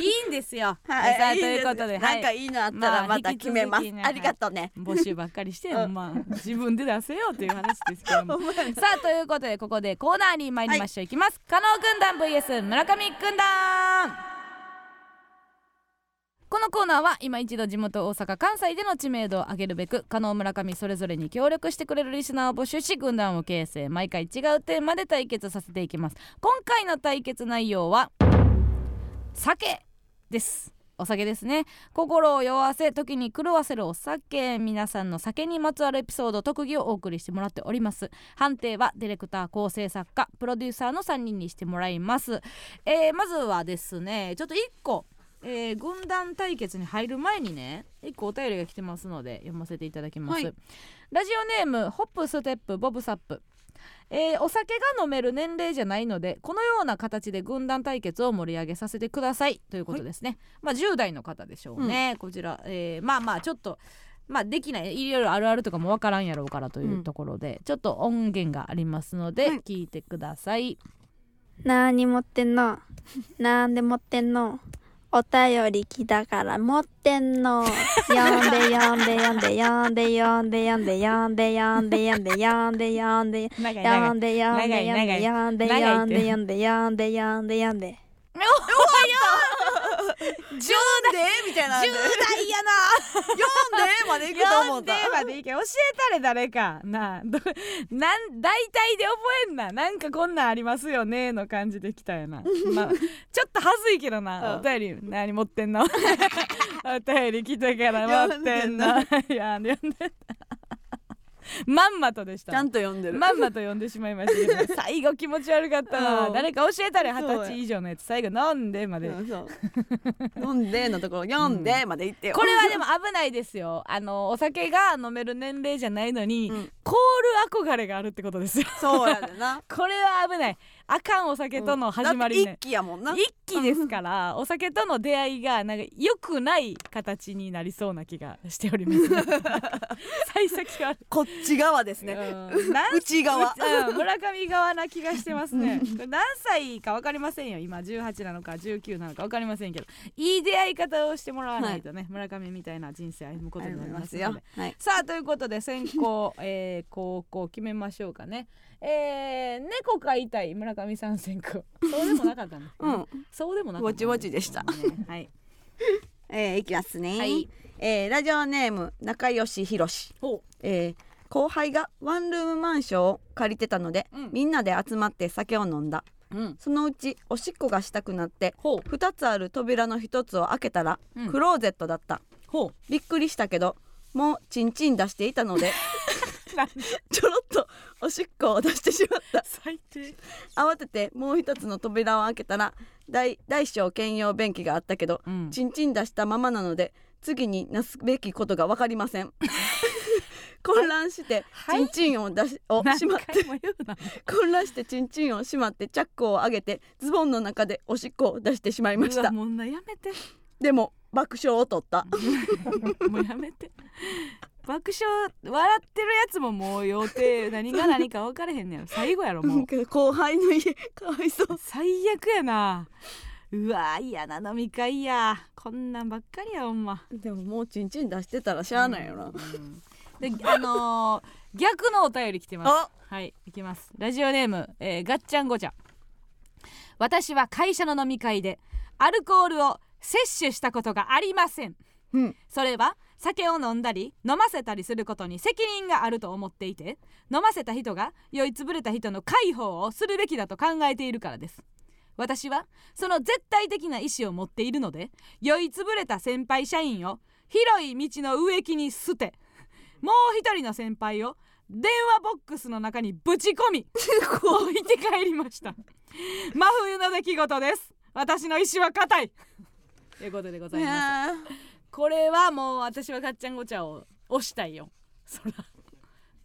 Speaker 2: いいんですよ、さあということで
Speaker 1: なんか
Speaker 2: はい
Speaker 1: いのあったらまた決めます、
Speaker 2: まあ引き続きね
Speaker 1: ありがとうね、
Speaker 2: 募集ばっかりして、まあ自分で出せよという話ですけどもさあということでここでコーナーに参りましょう、い、きます加納軍団 VS 村上軍団このコーナーは今一度地元大阪関西での知名度を上げるべく加納村上それぞれに協力してくれるリスナーを募集し軍団を形成毎回違うテーマで対決させていきます今回の対決内容は酒ですお酒ですね心を酔わせ時に狂わせるお酒皆さんの酒にまつわるエピソード特技をお送りしてもらっております判定はディレクター構成作家プロデューサーの3人にしてもらいます、えーまずはですねちょっと1個、えー軍団対決に入る前にね1個お便りが来てますので読ませていただきます、
Speaker 1: はい
Speaker 2: ラジオネームホップステップボブサップえーお酒が飲める年齢じゃないのでこのような形で軍団対決を盛り上げさせてくださいということですね、まあ10代の方でしょうね、こちら、えーまあまあちょっとまあできないいろいろあるあるとかもわからんやろうからというところで、ちょっと音源がありますので聞いてください、
Speaker 6: 何持ってんの [LAUGHS] 何で持ってんのお便り来たから持ってんの読んで読んで読んで読んで読んで読んで読んで読んで読んで読んで読んで
Speaker 2: 長い
Speaker 6: 読ん
Speaker 2: い
Speaker 6: で読んで読んで読んで読んで読んで読んで読んで
Speaker 2: [LAUGHS] お
Speaker 1: でみたいな
Speaker 2: 10
Speaker 1: 読んで
Speaker 2: 代やな
Speaker 1: までいくと思
Speaker 2: 読
Speaker 1: っ
Speaker 2: んで
Speaker 1: た
Speaker 2: までいけ教えたれ誰かなあどなん大体で覚えんななんかこんなんありますよねの感じできたよ
Speaker 1: [LAUGHS]
Speaker 2: な、まあ、ちょっとはずいけどな、
Speaker 1: うん
Speaker 2: お便り何持ってんの [LAUGHS] お便り来てから持ってんのいや読んでまんまとでし
Speaker 1: ちゃ
Speaker 2: た
Speaker 1: んと読んでる、
Speaker 2: まんまと呼んでしまいましたけど最後気持ち悪かったな、
Speaker 1: うん
Speaker 2: 誰か教えたら
Speaker 1: そうや
Speaker 2: 二十歳以上のやつ最後飲んでまで、
Speaker 1: うんそう読んでのところ読んでまで言ってよ、
Speaker 2: [LAUGHS] これはでも危ないですよあのお酒が飲める年齢じゃないのに、
Speaker 1: うん
Speaker 2: コール憧れがあるってことですよ
Speaker 1: そうやでな
Speaker 2: [LAUGHS] これは危ないあかんお酒との始まり
Speaker 1: だって
Speaker 2: ね、
Speaker 1: 一気やもんな
Speaker 2: 一気ですからお酒との出会いがなんか良くない形になりそうな気がしております、
Speaker 1: [LAUGHS]
Speaker 2: ね、幸先は
Speaker 1: こっち側ですね、
Speaker 2: うんなん
Speaker 1: 内側
Speaker 2: うん村上側な気がしてま
Speaker 1: [LAUGHS]
Speaker 2: すねこれ何歳か分かりませんよ今18なのか19なのか分かりませんけどいい出会い方をしてもらわないとね、村上みたいな人生歩むことになります
Speaker 1: あ
Speaker 2: よ
Speaker 1: りますよはい
Speaker 2: さあということで先行、 [LAUGHS] えー、高校決めましょうかねえー、猫飼いたい村上さん先行そうでもな
Speaker 1: [LAUGHS]
Speaker 2: かったんですけどね、そうでもなかったんですけどね
Speaker 1: ぼちぼちでした
Speaker 2: はい
Speaker 1: えー、いきますね、
Speaker 2: はい
Speaker 1: えーラジオネーム仲良しひろし、
Speaker 2: ほ
Speaker 1: えー後輩がワンルームマンションを借りてたので、
Speaker 2: うん
Speaker 1: みんなで集まって酒を飲んだ
Speaker 2: う、うん、
Speaker 1: そのうちおしっこがしたくなって
Speaker 2: ほう
Speaker 1: 2つある扉の1つを開けたら、
Speaker 2: うん
Speaker 1: クローゼットだった
Speaker 2: ほう [LAUGHS]
Speaker 1: びっくりしたけどもうチンチン出していたのでちょろっとおしっこを出してしまった
Speaker 2: 最
Speaker 1: [LAUGHS]
Speaker 2: 低
Speaker 1: 慌ててもう一つの扉を開けたら大大小兼用便器があったけど
Speaker 2: うん
Speaker 1: ちんちん出したままなので次になすべきことが分かりません [LAUGHS] 混乱して
Speaker 2: は
Speaker 1: ち
Speaker 2: い
Speaker 1: んちんを出し [LAUGHS] を
Speaker 2: 何
Speaker 1: しまっ
Speaker 2: 回
Speaker 1: て
Speaker 2: も言う
Speaker 1: [LAUGHS]
Speaker 2: な
Speaker 1: 混乱してちんちんをしまってチャックを上げてズボンの中でおしっこを出してしまいまし
Speaker 2: うわ
Speaker 1: た
Speaker 2: もうなやめて
Speaker 1: でも爆笑を取った
Speaker 2: [LAUGHS] もうやめて爆笑笑ってるやつももう予定何が何か分かれへんねん最後やろも
Speaker 1: [LAUGHS]
Speaker 2: う
Speaker 1: 後輩の家かわいそう
Speaker 2: 最悪やなうわ嫌な飲み会やこんなんばっかりやほんま
Speaker 1: でももうちんちん出してたらしゃあないよな、
Speaker 2: うんであのー逆のお便り来てますはいいきますラジオネーム、えー、ガッチャンゴチャ私は会社の飲み会でアルコールを摂取したことがありません、
Speaker 1: うん
Speaker 2: それは酒を飲んだり飲ませたりすることに責任があると思っていて飲ませた人が酔いつぶれた人の介抱をするべきだと考えているからです私はその絶対的な意思を持っているので酔いつぶれた先輩社員を広い道の植木に捨てもう一人の先輩を電話ボックスの中にぶち込み置いて帰りました真冬の出来事です私の意志は固いということでございますこれはもう私はガッチャンゴチャを押したいよそら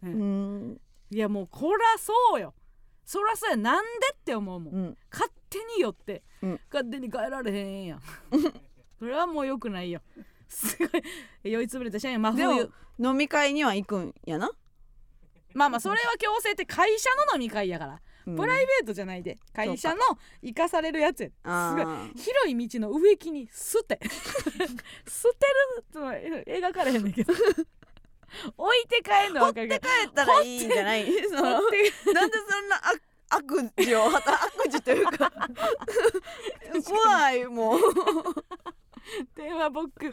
Speaker 1: うん
Speaker 2: いやもうこらそうよそらそうやなんでって思うもん
Speaker 1: うん
Speaker 2: 勝手に寄って、
Speaker 1: うん
Speaker 2: 勝手に帰られへんやんそれはもう良くないよすごい酔いつぶれた社員真
Speaker 1: で
Speaker 2: 冬
Speaker 1: も飲み会には行くんやな、
Speaker 2: まあまあそれは強制って会社の飲み会やから、
Speaker 1: うん
Speaker 2: プライベートじゃないで会社の生かされるやつや
Speaker 1: あ
Speaker 2: すごい
Speaker 1: ー
Speaker 2: 広い道の植木に捨て捨てるとは描かれへんねんけど置いて帰るのは分かるけど
Speaker 1: 帰ったらいいんじゃないその
Speaker 2: 持って
Speaker 1: なんでそんな悪悪事をはた悪事というか怖いもう
Speaker 2: 電話ボックスでも危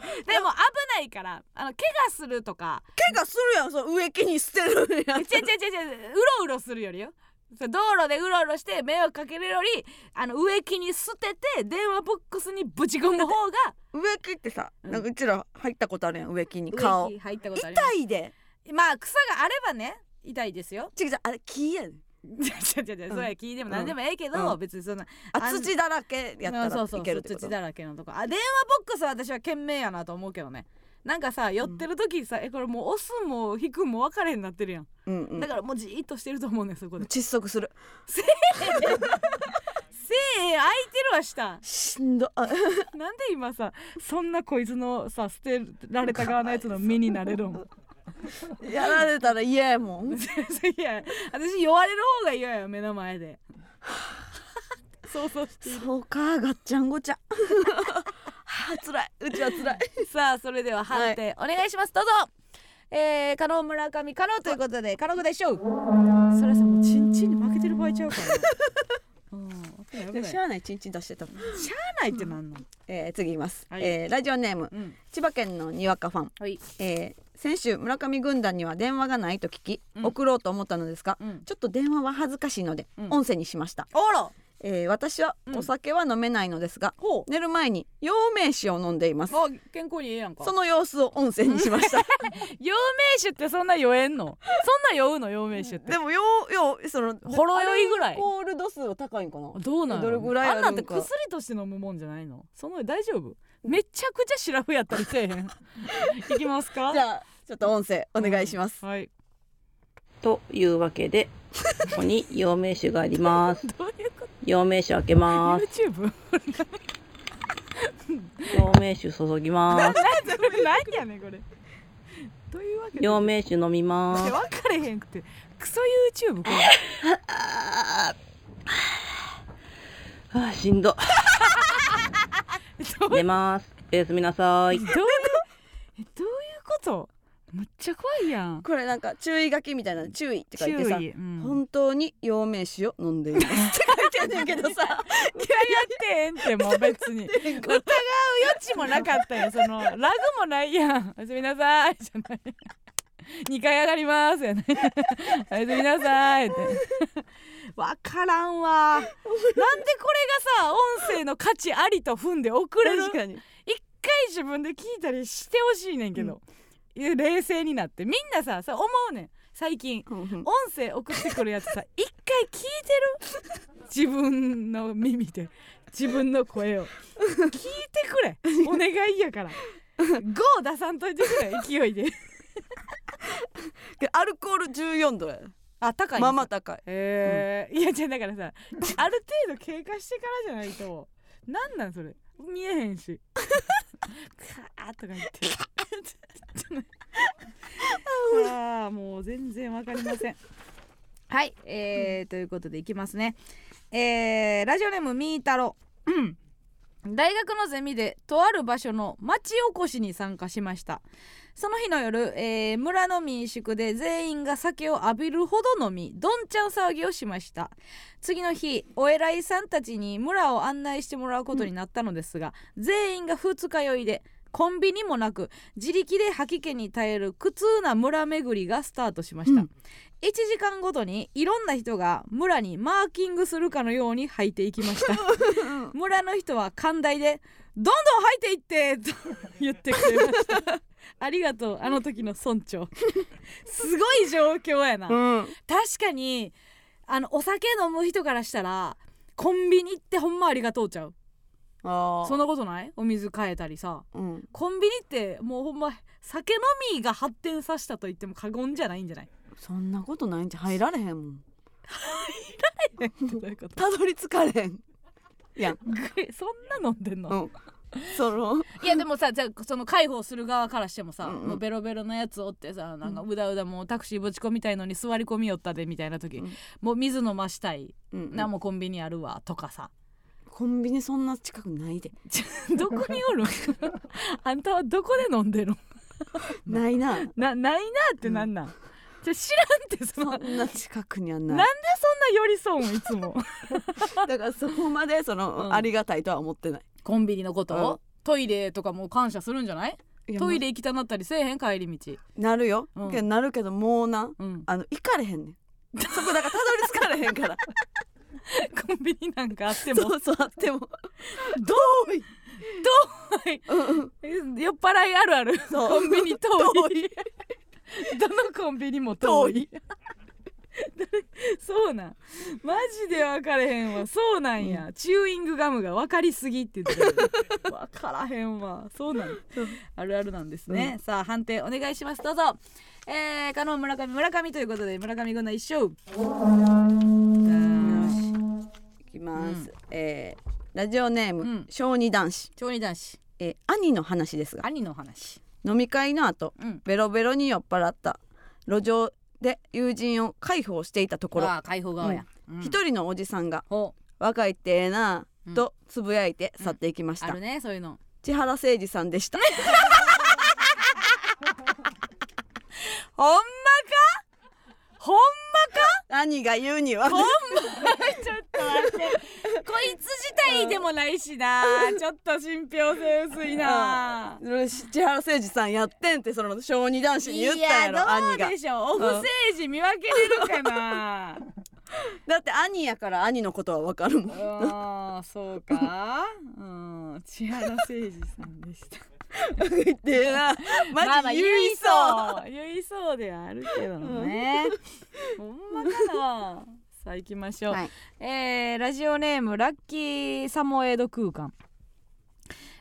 Speaker 2: ないからあの怪我するとか
Speaker 1: 怪我するやんその植木に捨てるんやん
Speaker 2: 違う違う違う違ううろうろするよりよそう道路でうろうろして迷惑かけるよりあの植木に捨てて電話ボックスにぶち込む方 [LAUGHS] が
Speaker 1: 植木ってさなんかうちら入ったことあるやん植木に顔
Speaker 2: 植木入ったことあります
Speaker 1: 痛いで
Speaker 2: まあ草があればね痛いです [LAUGHS] よ。
Speaker 1: 違う違うあれ木やねん
Speaker 2: じゃじゃじゃそうや聞いても何でもええけど、
Speaker 1: うん
Speaker 2: 別にそんな
Speaker 1: あ
Speaker 2: あん
Speaker 1: 土だらけやった
Speaker 2: うんそ
Speaker 1: ら
Speaker 2: うそう
Speaker 1: いけるって
Speaker 2: そう
Speaker 1: こ
Speaker 2: 土
Speaker 1: と
Speaker 2: だらけのとこあ電話ボックスは私は賢明やなと思うけどね。なんかさ寄ってる時さ、えこれもう押すも引くも分かれへんなってるやん、
Speaker 1: うんうん
Speaker 2: だからもうじーっとしてると思うねんそこで
Speaker 1: 窒息する
Speaker 2: [LAUGHS] せえ開いてるわ下
Speaker 1: しんどあ
Speaker 2: なんで今さそんなこいつのさ捨てられた側のや [LAUGHS] つの身になれるん
Speaker 1: [LAUGHS] やられたら嫌やもん
Speaker 2: いや私言われる方が嫌よ目の前で [LAUGHS] そうそうして
Speaker 1: そうかガッチャンゴチャは [LAUGHS] あ辛いうちは辛 [LAUGHS] い
Speaker 2: [LAUGHS] さあそれでは判定お願いします、どうぞえー、加納村上加納ということで加納子でしょうそれさもうチンチンに負けてる場合ちゃう [LAUGHS] からなうん危ない危ない
Speaker 1: 知
Speaker 2: しゃ
Speaker 1: らないちんちん出してたもん
Speaker 2: あないってなんの
Speaker 1: えー、次います、
Speaker 2: はい
Speaker 1: えーラジオネーム、
Speaker 2: うん
Speaker 1: 千葉県のにわかファン、
Speaker 2: はい
Speaker 1: えー先週村上軍団には電話がないと聞き、送ろうと思ったのですが、
Speaker 2: うん
Speaker 1: ちょっと電話は恥ずかしいので、
Speaker 2: うん
Speaker 1: 音声にしました、
Speaker 2: あら
Speaker 1: えー私は
Speaker 2: うん
Speaker 1: お酒は飲めないのですが、
Speaker 2: ほ
Speaker 1: 寝る前に陽明酒を飲んでいます
Speaker 2: あ健康にええやんか
Speaker 1: その様子を音声にしました
Speaker 2: 陽明酒ってそんな酔えんのそんな酔うの陽明酒っ
Speaker 1: [LAUGHS]
Speaker 2: て
Speaker 1: でもようようその
Speaker 2: ほろ酔いぐらい
Speaker 1: アルコール度数は高いんかな
Speaker 2: どうなの
Speaker 1: どれぐらいあ
Speaker 2: ん
Speaker 1: るん
Speaker 2: な
Speaker 1: か
Speaker 2: んって薬として飲むもんじゃないのその大丈夫めちゃくちゃシラフやったりせえへ
Speaker 1: [LAUGHS]
Speaker 2: んいきますか
Speaker 1: じゃあちょっと音声お願いします、
Speaker 2: はい
Speaker 7: というわけで、ここに陽明酒があります。
Speaker 2: どういうこ
Speaker 7: 陽明酒開けま
Speaker 2: と
Speaker 7: す。
Speaker 2: YouTube?
Speaker 7: 陽明酒注ぎます。
Speaker 2: それ何やねんこれというわけで
Speaker 7: 陽明酒飲みま
Speaker 2: 分
Speaker 7: す。
Speaker 2: かれへんくてクソ YouTube これ
Speaker 7: あーしんど。
Speaker 2: どう
Speaker 7: 寝ます。おやすみなさい
Speaker 2: どう。いうえどういうことむっちゃ怖いやん
Speaker 1: これなんか注意書きみたいな注意って書いてさ
Speaker 2: 注意うん
Speaker 1: 本当に陽明酒を飲んでいますって書いてんねんけ [LAUGHS] どさ
Speaker 2: やってへんってもう別に疑う余地もなかったよそのラグもないやんおやすみなさいじ [LAUGHS] ゃない2回上がります [LAUGHS] やねおやすみなさいって分からんわなんでこれがさ音声の価値ありと踏んで送れる
Speaker 1: 確かに
Speaker 2: 一回自分で聞いたりしてほしいねんけど、いう冷静になってみんなさそう思うねん最近音声送ってくるやつさ一回聞いてる自分の耳で自分の声を聞いてくれお願いや [LAUGHS] から「GO」出さんといてくれ勢いで
Speaker 1: でアルコール14度や
Speaker 2: あ高い
Speaker 1: まあまあ高い
Speaker 2: えーいやじゃあだからさある程度経過してからじゃないとなんなんそれ見えへん [LAUGHS] し「カー」とか言って [LAUGHS] ああもう全然わかりません [LAUGHS] はいえーということでいきますねえーラジオネームみーたろうん大学のゼミでとある場所の町おこしに参加しましたその日の夜、えー村の民宿で全員が酒を浴びるほど飲みどんちゃん騒ぎをしました次の日お偉いさんたちに村を案内してもらうことになったのですが、全員が二日酔いでコンビニもなく自力で吐き気に耐える苦痛な村巡りがスタートしました、1時間ごとにいろんな人が村にマーキングするかのように吐いていきました村の人は寛大で「どんどん吐いていって!」と言ってくれましたありがとうあの時の村長すごい状況やな、
Speaker 1: うん
Speaker 2: 確かにあのお酒飲む人からしたらコンビニ行ってほんまありがとうちゃう
Speaker 1: あ
Speaker 2: そんなことないお水変えたりさ
Speaker 1: うん
Speaker 2: コンビニってもうほんま酒飲みが発展させたと言っても過言じゃないんじゃない
Speaker 1: そんなことないんじゃ入られへんもん
Speaker 2: どういうこと
Speaker 1: たどり着かれへんやん、
Speaker 2: そんな飲んでんの、
Speaker 1: うん、その
Speaker 2: いやでもさじゃあその介抱する側からしてもさ、
Speaker 1: うんうん
Speaker 2: もうベロベロのやつおってさなんかうだうだもうタクシーぶち込みたいのに座り込みよったでみたいな時、
Speaker 1: うん
Speaker 2: もう水飲ましたい、
Speaker 1: うんうん
Speaker 2: なもうコンビニあるわとか
Speaker 1: [LAUGHS]
Speaker 2: さ
Speaker 1: コンビニそんな近くないで
Speaker 2: どこにおるん [LAUGHS] あんたはどこで飲んでるん
Speaker 1: ないな
Speaker 2: なないなってなんなん、じゃあ知らんってその
Speaker 1: そ
Speaker 2: なんで
Speaker 1: んな近くにはない
Speaker 2: なんそんな寄り添うんいつも
Speaker 1: だからそこまでその、
Speaker 2: うん
Speaker 1: ありがたいとは思ってない
Speaker 2: [LAUGHS] コンビニのこと、
Speaker 1: うん
Speaker 2: トイレとかも感謝するんじゃない
Speaker 1: いや
Speaker 2: トイレ行きたなったりせえへん帰り道
Speaker 1: なるよ、
Speaker 2: うん
Speaker 1: けどなるけどもうな
Speaker 2: うん
Speaker 1: あの行かれへん [LAUGHS] ねんそこだからたどり着かれへんから
Speaker 2: [LAUGHS] コンビニなんかあっても
Speaker 1: そうそうあっても
Speaker 2: どういどうい
Speaker 1: うんうん
Speaker 2: 酔っ払いあるある
Speaker 1: そう
Speaker 2: コンビニ遠いどのコンビニも遠
Speaker 1: 遠
Speaker 2: い
Speaker 1: い
Speaker 2: そうなんマジで分かれへんわそうなんや、チューイングガムが分かりすぎって言って [LAUGHS] た分からへんわそうなんあるあるなんですね、さあ判定お願いしますどうぞえー、加納村上村上ということで村上軍団一勝
Speaker 1: いきます、
Speaker 2: う
Speaker 1: えーラジオネーム、
Speaker 2: うん
Speaker 1: 小児男子、
Speaker 2: 調理男子
Speaker 1: えー兄の話ですが
Speaker 2: 兄の話
Speaker 1: 飲み会の後
Speaker 2: うん
Speaker 1: ベロベロに酔っ払った路上で友人を介抱していたところ
Speaker 2: ああ解放側や、うん
Speaker 1: 一人のおじさんが
Speaker 2: ほう
Speaker 1: 「若いってええなあ」
Speaker 2: うん
Speaker 1: とつぶやいて去っていきました、
Speaker 2: あるねそういうの
Speaker 1: 千原誠二さんでした
Speaker 2: ほんまかほん
Speaker 1: 兄が言うには、
Speaker 2: ちょっと待ってこいつ自体でもないしなちょっと信憑性薄いな
Speaker 1: 千原誠二さんやってんってその小児男子 [LAUGHS] に言ったやろ
Speaker 2: ど
Speaker 1: 兄
Speaker 2: う
Speaker 1: が
Speaker 2: でしょうオフ政治見分けれるか
Speaker 1: [LAUGHS]
Speaker 2: な
Speaker 1: だって兄やから兄のことはわかるもん
Speaker 2: あーそうかうん千原誠二さんでした
Speaker 1: [LAUGHS] 言ってえな
Speaker 2: ま
Speaker 1: マ
Speaker 2: あまあ
Speaker 1: ジ
Speaker 2: 言
Speaker 1: 言い
Speaker 2: い
Speaker 1: そう,、
Speaker 2: そう言いそうではあるけどね、ほんまかなさあ行きましょう、
Speaker 1: はい
Speaker 2: えーラジオネームラッキーサモエド空間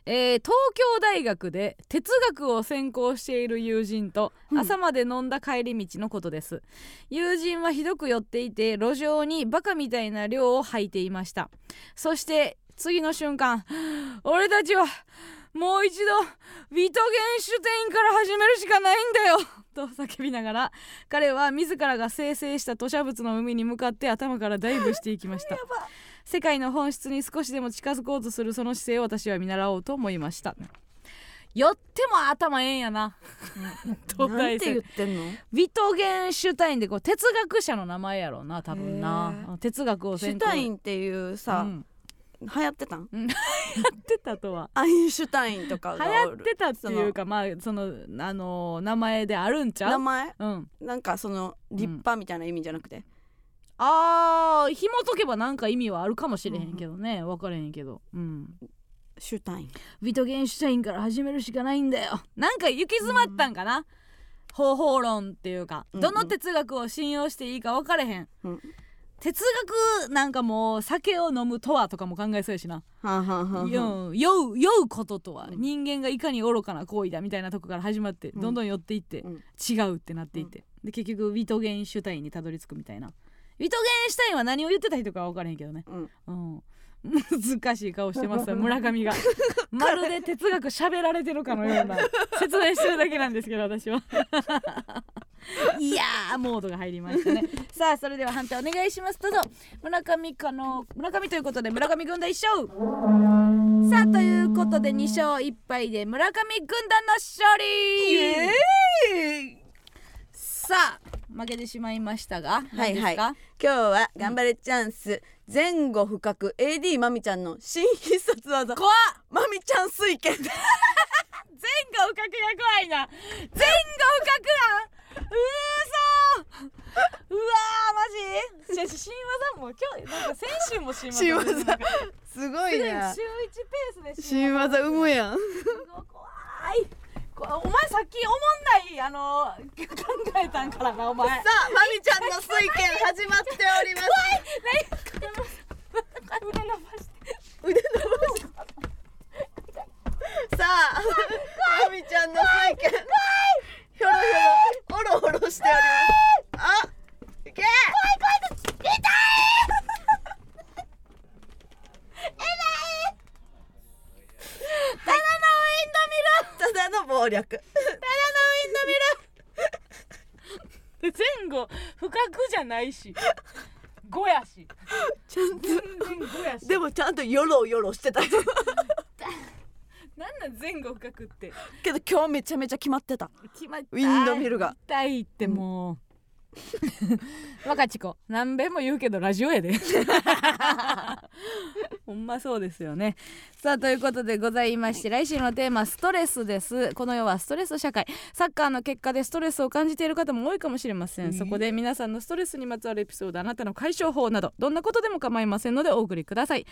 Speaker 2: えー東京大学で哲学を専攻している友人と朝まで飲んだ帰り道のことです、友人はひどく酔っていて路上にバカみたいな量を吐いていましたそして次の瞬間俺たちはもう一度ビトゲンシュテインから始めるしかないんだよと叫びながら彼は自らが生成した吐砂物の海に向かって頭からダイブしていきました世界の本質に少しでも近づこうとするその姿勢を私は見習おうと思いましたよっても頭ええんやな東
Speaker 1: なん
Speaker 2: 大
Speaker 1: て言
Speaker 2: 生
Speaker 1: ってんの
Speaker 2: ビトゲンシュタインでこう哲学者の名前やろうな多分な哲学を
Speaker 1: シュ
Speaker 2: 専攻
Speaker 1: タインっていうさ、
Speaker 2: うん
Speaker 1: 流行ってたん
Speaker 2: 言ってたとは
Speaker 1: アインシュタインとか
Speaker 2: 流
Speaker 1: がお
Speaker 2: 行っ
Speaker 1: る
Speaker 2: てたっていうかまあそのあの名前であるんちゃ
Speaker 1: 名
Speaker 2: う
Speaker 1: 前
Speaker 2: うん、
Speaker 1: なんかその立派みたいな意味じゃなくて、
Speaker 2: あー紐解けばなんか意味はあるかもしれへんけどね、分かれへんけど、うん、
Speaker 1: シュタイン
Speaker 2: ビトゲンシュタインから始めるしかないんだよなんか行き詰まったんかな、方法論っていうか、
Speaker 1: うんうん
Speaker 2: どの哲学を信用していいか分かれへん、
Speaker 1: うん
Speaker 2: 哲学なんかもう酒を飲むとはとかも考えそうやしな
Speaker 1: はんはんはんはん
Speaker 2: 酔う酔う酔うこととは、人間がいかに愚かな行為だみたいなとこから始まって、
Speaker 1: ん
Speaker 2: どんどん寄っていって、
Speaker 1: うん
Speaker 2: 違うってなっていって、で結局ウィトゲンシュタインにたどり着くみたいなウィトゲンシュタインは何を言ってた人かは分からへんけどね、
Speaker 1: うん
Speaker 2: うん、 [LAUGHS] 難しい顔してますわ村上がまるで哲学喋られてるかのような説明してるだけなんですけど私はいやーモードが入りましたねさあそれでは判定お願いしますどうぞ村上かの村上ということで村上軍団一勝さあということで2勝1敗で村上軍団の勝利さあ負けてしまいましたが
Speaker 1: は
Speaker 2: 何
Speaker 1: い
Speaker 2: です
Speaker 1: は
Speaker 2: か
Speaker 1: い今日は頑張れチャンス前後不覚 AD まみちゃんの新必殺技
Speaker 2: 怖っ
Speaker 1: まみちゃん水
Speaker 2: [LAUGHS]
Speaker 1: 拳
Speaker 2: 前後不覚が怖いな前後不覚なんうーそううわ
Speaker 1: [LAUGHS]
Speaker 2: ーマジ
Speaker 8: じゃあ新技も今日なんか先週も新技
Speaker 1: 新技
Speaker 8: 出てなかっ
Speaker 1: [LAUGHS] すごい
Speaker 8: た
Speaker 1: な
Speaker 8: 週一ペースで新
Speaker 1: 新技うむやん
Speaker 8: 怖いこお前さっきおもんないあの考えたんからなお前
Speaker 1: さあまみちゃんの水拳始まっております
Speaker 8: 腕伸ばして
Speaker 1: さあまみちゃんの水拳ひょろひょろおろおろしておりますあいけただの暴力
Speaker 8: 前後不覚じゃないし5やし
Speaker 1: ちゃんと
Speaker 8: 全然5やし
Speaker 1: でもちゃんとよろよろしてた
Speaker 8: なんなん前後不覚って
Speaker 1: けど今日めちゃめちゃ決まってた
Speaker 2: 決まった
Speaker 1: ウィンドミルが
Speaker 2: 痛いってもう若ち子何べんも言うけどラジオやで [LAUGHS] ほんまそうですよねさあということでございまして来週のテーマストレスですこの世はストレス社会サッカーの結果でストレスを感じている方も多いかもしれません、そこで皆さんのストレスにまつわるエピソードあなたの解消法などどんなことでも構いませんのでお送りください、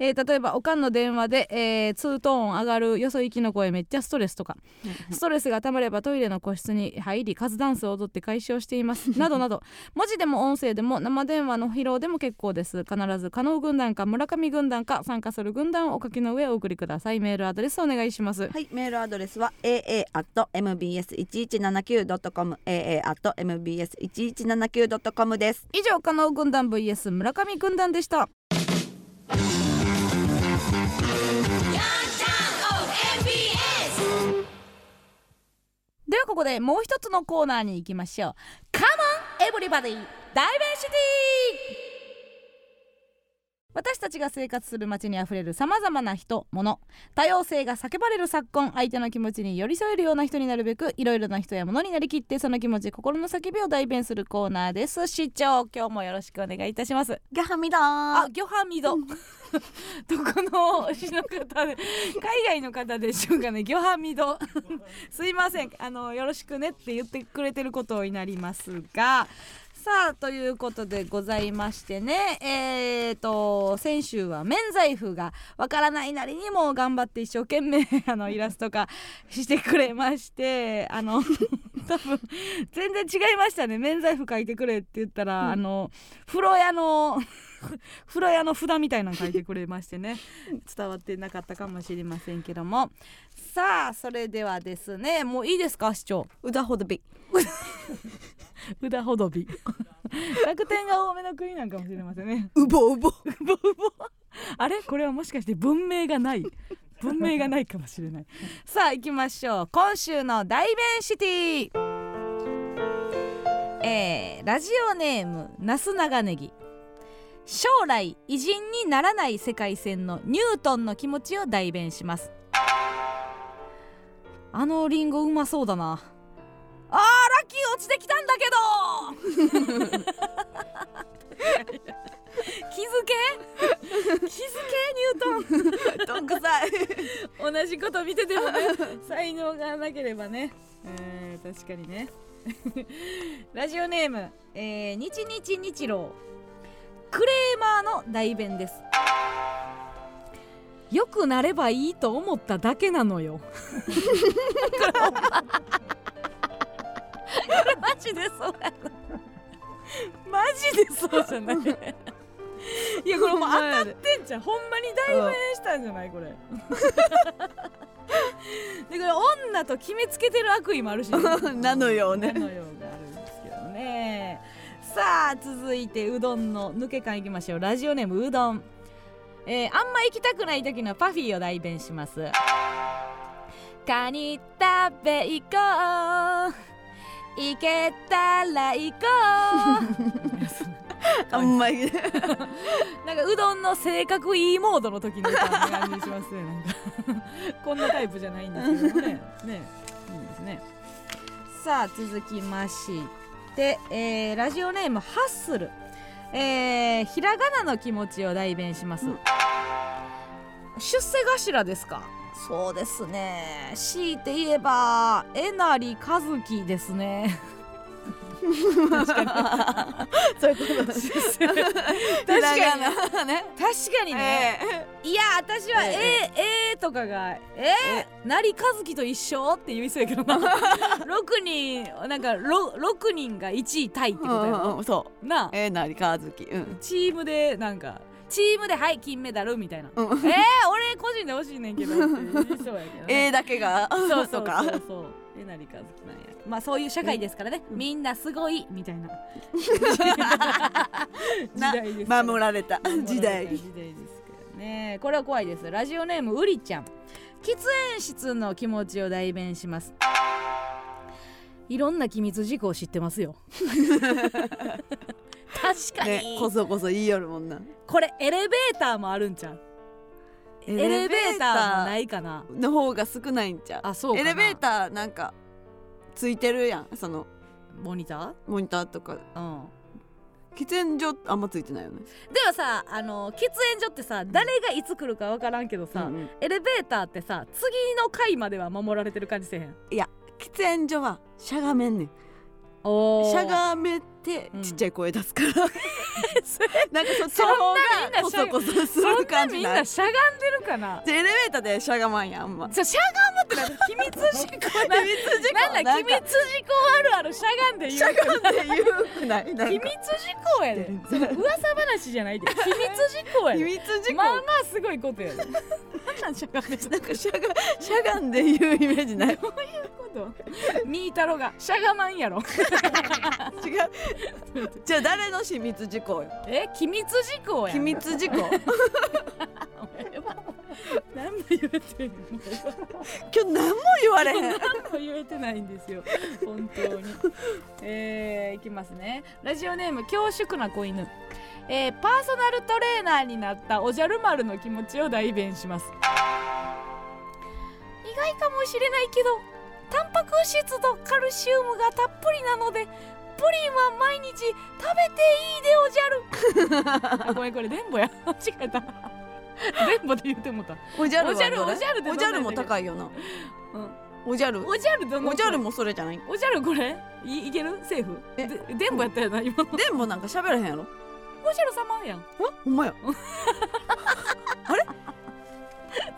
Speaker 2: えー例えばおかんの電話で、えー、ツートーン上がるよそ行きの声めっちゃストレスとかストレスがたまればトイレの個室に入りカズダンスを踊って解消していますなどなど文字でも音声でも生電話の疲労でも結構です必ず加納軍団か村上軍団か参加する軍団をお書きの上お送りくださいメールアドレスお願いします
Speaker 1: はい、メールアドレスは aa mbs 一一七九ドットコム aa mbs 一一七九ドットコムです。
Speaker 2: 以上加納軍団 vs 村上軍団でしたではここでもう一つのコーナーに行きましょう Come on everybody ダイベンシティ私たちが生活する街にあふれるさまざまな人物多様性が叫ばれる昨今相手の気持ちに寄り添えるような人になるべくいろいろな人や物になりきってその気持ち心の叫びを代弁するコーナーです市長今日もよろしくお願いいたします
Speaker 1: ガハミだー
Speaker 2: あ、。ギョハミド。 [LAUGHS] どこの市の方で、海外の方でしょうかね、ギョハミド。すいません、あの、よろしくねって言ってくれてることになりますが。さあということでございましてねえー、と先週は免罪符がわからないなりにも頑張って一生懸命あのイラスト化してくれましてあの [LAUGHS] 多分全然違いましたね免罪符書いてくれって言ったら、あの風呂屋の [LAUGHS] 風呂屋の札みたいなの書いてくれましてね伝わってなかったかもしれませんけどもさあそれではですねもういいですか市長
Speaker 1: うだほどび。
Speaker 2: 札ほどび楽天が多めの国なんかもしれませんね
Speaker 1: うぼうぼ。
Speaker 2: ボボあれこれはもしかして文明がない文明がないかもしれないさあ行きましょう今週のダイベンシティえーラジオネームなす長ネギ将来偉人にならない世界線のニュートンの気持ちを代弁しますあのリンゴうまそうだなあーラッキー落ちてきたんだけど [LAUGHS] 気づけ気づけニュー
Speaker 1: どんくさい。
Speaker 2: トン同じこと見ててもね才能がなければね、えー確かにね [LAUGHS] ラジオネーム、えー、日日日郎クレーマーの代弁ですよくなればいいと思っただけなのよそうや
Speaker 9: マジでそうじゃないいやこれもう当たってんじゃんほんまに代弁したんじゃないこ
Speaker 1: [LAUGHS]
Speaker 9: れ
Speaker 2: だから女と決めつけてる悪意もあるしね、
Speaker 1: [LAUGHS] なのよね
Speaker 2: なのようがあるんですけどねさあ続いてうどんの抜け感いきましょうラジオネームうどんえーあんま行きたくない時のパフィーを代弁しますカニ食べ行こう行けたら行こ
Speaker 1: [LAUGHS]
Speaker 2: [LAUGHS]
Speaker 1: あんまり
Speaker 2: うなんかうどんの性格いいモードの時に歌う感じしますね [LAUGHS] なんかこんなタイプじゃないんです [LAUGHS] けどねねいいですねさあ続きまして、えーラジオネームハッスル、えーひらがなの気持ちを代弁します、出世頭ですかそうですね強いて言えばえなりかずきですね [LAUGHS]
Speaker 1: そういうこと
Speaker 2: 確かに確
Speaker 1: にね
Speaker 2: かにね、いや私はえー、えーとかがえー、なりかずきと一緒って言いそうやけどな6人なんかろ6人が1位タイってことやろ
Speaker 1: そう
Speaker 2: なあ
Speaker 1: えー、なりかずきうん
Speaker 2: チームでなんかチームではい金メダルみたいな、
Speaker 1: うん
Speaker 2: えー、俺個人で欲しいねんけどって言いそうやけどね
Speaker 1: えー、だけが
Speaker 2: そうそ
Speaker 1: と
Speaker 2: う
Speaker 1: か
Speaker 2: そうそうえなりかずきなんやまあそういう社会ですからね、みんなすごいみたいな時
Speaker 1: な
Speaker 2: 代ですから
Speaker 1: 守られた [LAUGHS] 時代
Speaker 2: 時代ですからねこれは怖いですラジオネームうりちゃん喫煙室の気持ちを代弁しますいろんな機密事項を知ってます
Speaker 1: [LAUGHS]
Speaker 2: よ確かに、
Speaker 1: ねこそこそ言いよるもんな
Speaker 2: これエレベーターもあるんちゃう
Speaker 1: エ
Speaker 2: エレベーターもな
Speaker 1: レベー
Speaker 2: いかな
Speaker 1: ターの方が少ないんちゃ
Speaker 2: あそう
Speaker 1: う
Speaker 2: か
Speaker 1: エ
Speaker 2: な
Speaker 1: レベーターなんかついてるやんその
Speaker 2: モニタ
Speaker 1: モニターとか
Speaker 2: ーうん
Speaker 1: 喫煙所あんまついてないよね
Speaker 2: でもさあの喫煙所ってさ誰がいつ来るか分からんけどさ、
Speaker 1: うんうん
Speaker 2: エレベーターってさ次の階までは守られてる感じせえへん
Speaker 1: 喫煙所はしゃがめんねん
Speaker 2: お
Speaker 1: しゃがめて
Speaker 2: うん
Speaker 1: ちっちゃい声出す [LAUGHS] から、なんかそっち
Speaker 2: そん
Speaker 1: の方が
Speaker 2: な
Speaker 1: こそこそする感
Speaker 2: そんな
Speaker 1: じ
Speaker 2: みん
Speaker 1: ない
Speaker 2: なしゃがんでるかな
Speaker 1: でエレベーターでしゃがまんやんあんま
Speaker 2: じゃしゃがむってなんか秘密事項な
Speaker 1: 秘密事項
Speaker 2: なんだ
Speaker 1: なん
Speaker 2: 秘
Speaker 1: か
Speaker 2: 密事項あるあるしゃがんで言う
Speaker 1: しゃがんで言うくないな
Speaker 2: 秘
Speaker 1: ん
Speaker 2: 密
Speaker 1: か
Speaker 2: 事項やでその噂話じゃないで秘密事項や
Speaker 1: 秘
Speaker 2: で
Speaker 1: 密事項、
Speaker 2: まあまあすごいことやでなんしゃがんでる
Speaker 1: なんかしゃがしゃがんで言うイメージない違う
Speaker 2: ことみーたろがしゃがまんやろ
Speaker 1: [LAUGHS] じゃあ誰の秘密事項よ
Speaker 2: え秘密事項や
Speaker 1: 秘
Speaker 2: ん
Speaker 1: 密事項
Speaker 2: 何も言えてんの
Speaker 1: 今日何も言われへん
Speaker 2: 何も言えてないんですよ本当にえー、いきますねラジオネーム恐縮な子犬えー、パーソナルトレーナーになったおじゃる丸の気持ちを代弁します意外かもしれないけどタンパク質とカルシウムがたっぷりなのでプリンは毎日食べていいでおじゃるあごめんこれ電ボや間違えた電ボで言ってもうた
Speaker 1: おじゃるはどれ
Speaker 2: おじゃるおじゃるってどんな
Speaker 1: おじゃるも高いよな、おじゃる
Speaker 2: おじゃるどの
Speaker 1: おじゃるもそれじゃない
Speaker 2: おじゃるこれいいけるセーフ
Speaker 1: え
Speaker 2: で電ボやったよな今の
Speaker 1: でもなんか喋らへんやろ
Speaker 2: おじゃる様やん
Speaker 1: ほんまや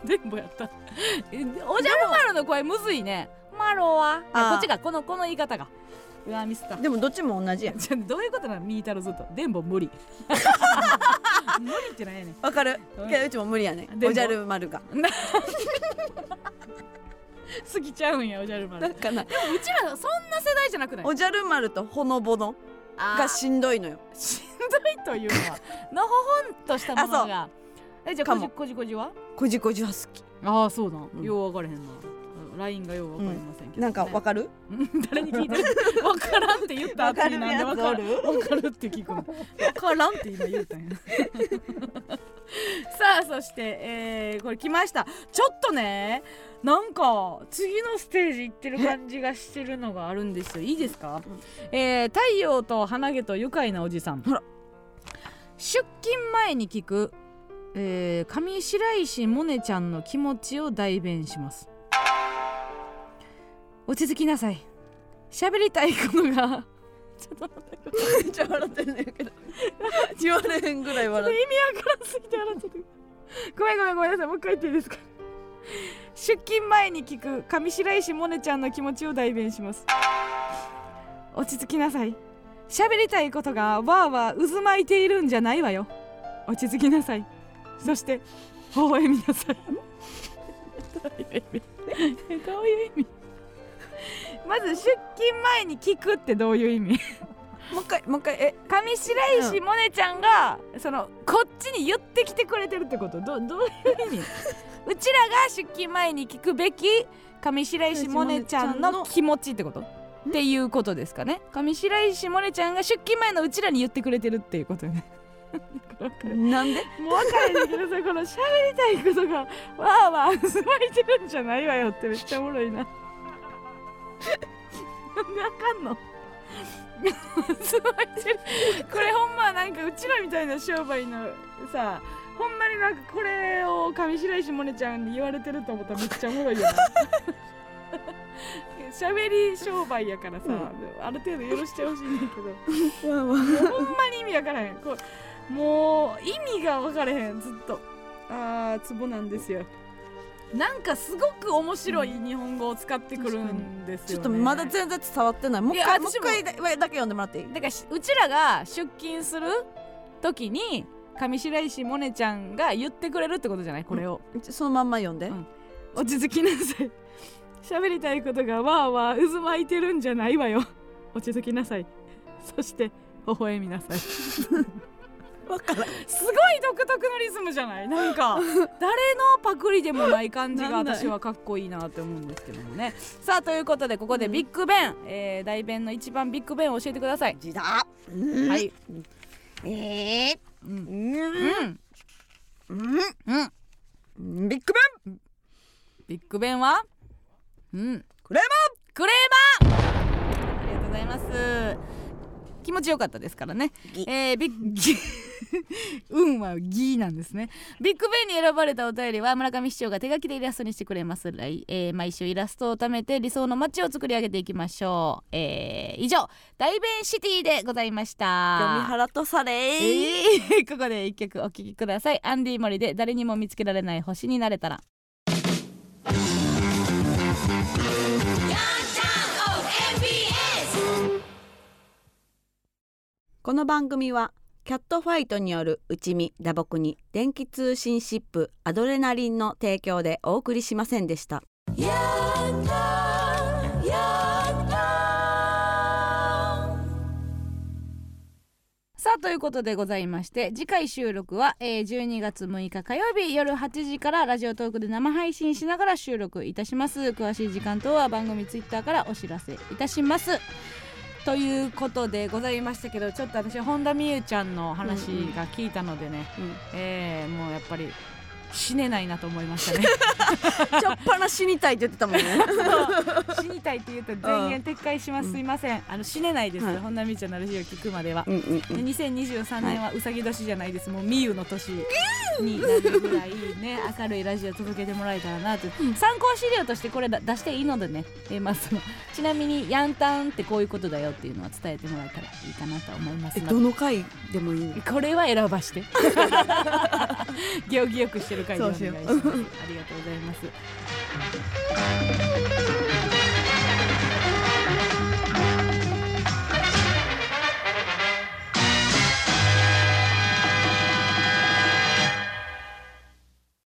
Speaker 2: 電ボやったえおじゃる丸の声むずいねマロは
Speaker 1: あー
Speaker 2: あこっちがこのこの言い方がうわミスった
Speaker 1: でもどっちも同じやん
Speaker 2: じゃあどういうことなのミータロずっと電ボ無理無理ってなんやねん
Speaker 1: わかる
Speaker 2: うん
Speaker 1: けどうちも無理やね
Speaker 2: でも
Speaker 1: おじゃる丸が
Speaker 2: 好きちゃうんやおじゃる
Speaker 1: な
Speaker 2: 丸
Speaker 1: んかな
Speaker 2: うちらそんな世代じゃなくない
Speaker 1: おじゃる丸とほのぼの
Speaker 2: あー
Speaker 1: がしんどいのよ
Speaker 2: しんどいというのはのほほんとしたものがえじゃあ
Speaker 1: か
Speaker 2: こ
Speaker 1: も
Speaker 2: じこじこじは
Speaker 1: こじこじは好き
Speaker 2: ああそうなん、
Speaker 1: うん
Speaker 2: よう分からへんなラインがよう分かりませんけど、ね
Speaker 1: なんかわかる
Speaker 2: うん誰に聞いてる [LAUGHS] 分からんって言った後になんで分かる [LAUGHS] 分かるって聞くの分からんって今言う [LAUGHS] たんやさあそして、えーこれ来ましたちょっとねなんか次のステージ行ってる感じがしてるのがあるんですよいいですか、えー太陽と花毛と愉快なおじさん
Speaker 1: あら
Speaker 2: 出勤前に聞く、えー上白石萌音ちゃんの気持ちを代弁します落ち着きなさい喋りたいことがちょっと待って
Speaker 1: めっちゃ笑ってるんだけど言われへんぐらい
Speaker 2: 意味
Speaker 1: 笑っ
Speaker 2: わからんすぎて笑っちゃってるごめんごめんごめんなさいもう一回言っていいですか出勤前に聞く上白石萌音ちゃんの気持ちを代弁します落ち着きなさい喋りたいことがわーわー渦巻いているんじゃないわよ落ち着きなさいそして微笑みなさいどういう意味まず出勤前に聞くってどういう意味もう一回もう一回え上白石萌音ちゃんが、そのこっちに言ってきてくれてるってことどどう [LAUGHS] いう意味うちらが出勤前に聞くべき上白石萌音ちゃんの気持ちってことっていうことですかね上白石萌音ちゃんが出勤前のうちらに言ってくれてるっていうことよね [LAUGHS] なんでもう分かるんだけどさこの喋りたいことがわーわー渦巻いてるんじゃないわよってめっちゃおもろい [LAUGHS] ななんであかんの [LAUGHS] すごいこれほんまなんかうちらみたいな商売のさほんまになんかこれを上白石萌音ちゃんに言われてると思ったらめっちゃおもろいよ
Speaker 6: [LAUGHS]
Speaker 2: な喋り商売やからさ、ある程度許してほしいんだけどほんまに意味わからへんこうもう意味が分からへんずっとあーツボなんですよなんかすごく面白い日本語を使ってくるんです
Speaker 6: ち
Speaker 2: よ、ね
Speaker 6: ょっとまだ全然伝わってないもう一
Speaker 2: いや
Speaker 6: 回もう
Speaker 2: 私
Speaker 6: 一
Speaker 2: も
Speaker 6: 回だだけ読んでもらっていい
Speaker 2: だからしうちらが出勤する時に上白石萌音ちゃんが言ってくれるってことじゃないこれを、
Speaker 6: そのまんま読んで、
Speaker 2: うん落ち着きなさい [LAUGHS] 喋りたいことがわーわー渦巻いてるんじゃないわよ [LAUGHS] 落ち着きなさいそして微笑みな [LAUGHS] さいすごい独特のリズムじゃないなん [LAUGHS] か誰のパクリでもない感じが
Speaker 6: なんない
Speaker 2: 私はかっこいいなって思うんですけどもねさあということでここでビッグベン、えー大弁の一番ビッグベンを教えてください
Speaker 10: 字だ
Speaker 2: はい
Speaker 10: えー
Speaker 2: うん
Speaker 10: うんうんビッグベン
Speaker 2: ビッグベンはうん
Speaker 10: クレ
Speaker 2: クレーバーありがとうございます気持ちよかったですからね
Speaker 10: ギ
Speaker 2: えー、ビッギ [LAUGHS] 運はギーなんですねビッグベンに選ばれたお便りは村上市長が手書きでイラストにしてくれます来、えー毎週イラストを貯めて理想の街を作り上げていきましょう、えー以上大弁シティでございました
Speaker 6: 読み払とされー、
Speaker 2: えー [LAUGHS] ここで一曲お聴きくださいアンディ・モリで誰にも見つけられない星になれたら
Speaker 1: この番組はキャットファイトによる内見打撲に電気通信シップアドレナリンの提供でお送りしませんでした
Speaker 2: さあということでございまして次回収録は、えー12月6日火曜日夜8時からラジオトークで生配信しながら収録いたします詳しい時間等は番組ツイッターからお知らせいたしますということでございましたけどちょっと私本田望結ちゃんの話が聞いたのでね、
Speaker 1: うん
Speaker 2: えーもうやっぱり死ねないなと思いました
Speaker 1: [LAUGHS]
Speaker 2: ね
Speaker 6: [LAUGHS] ちょっぱな死にたいって言ってたもんね
Speaker 2: [LAUGHS] 死にたいって言うと全言撤回します、
Speaker 1: うん
Speaker 2: すいませんあの死ねないです、
Speaker 1: はい
Speaker 2: 本田望結ちゃんの話を聞くまでは
Speaker 1: [LAUGHS] うんうん
Speaker 2: で2023年はうさぎ年じゃないです、もうみゆの年になるぐらいね明るいラジオ届けてもらえたらなと、参考資料としてこれだ出していいのでね、えーまあ、そのちなみにヤンタンってこういうことだよっていうのは伝えてもらえたらいいかなと思います
Speaker 6: え
Speaker 2: ので
Speaker 6: どの回でもいいの
Speaker 2: これは選ばして。行儀よくしてる会でお願いします。ありがとうございます。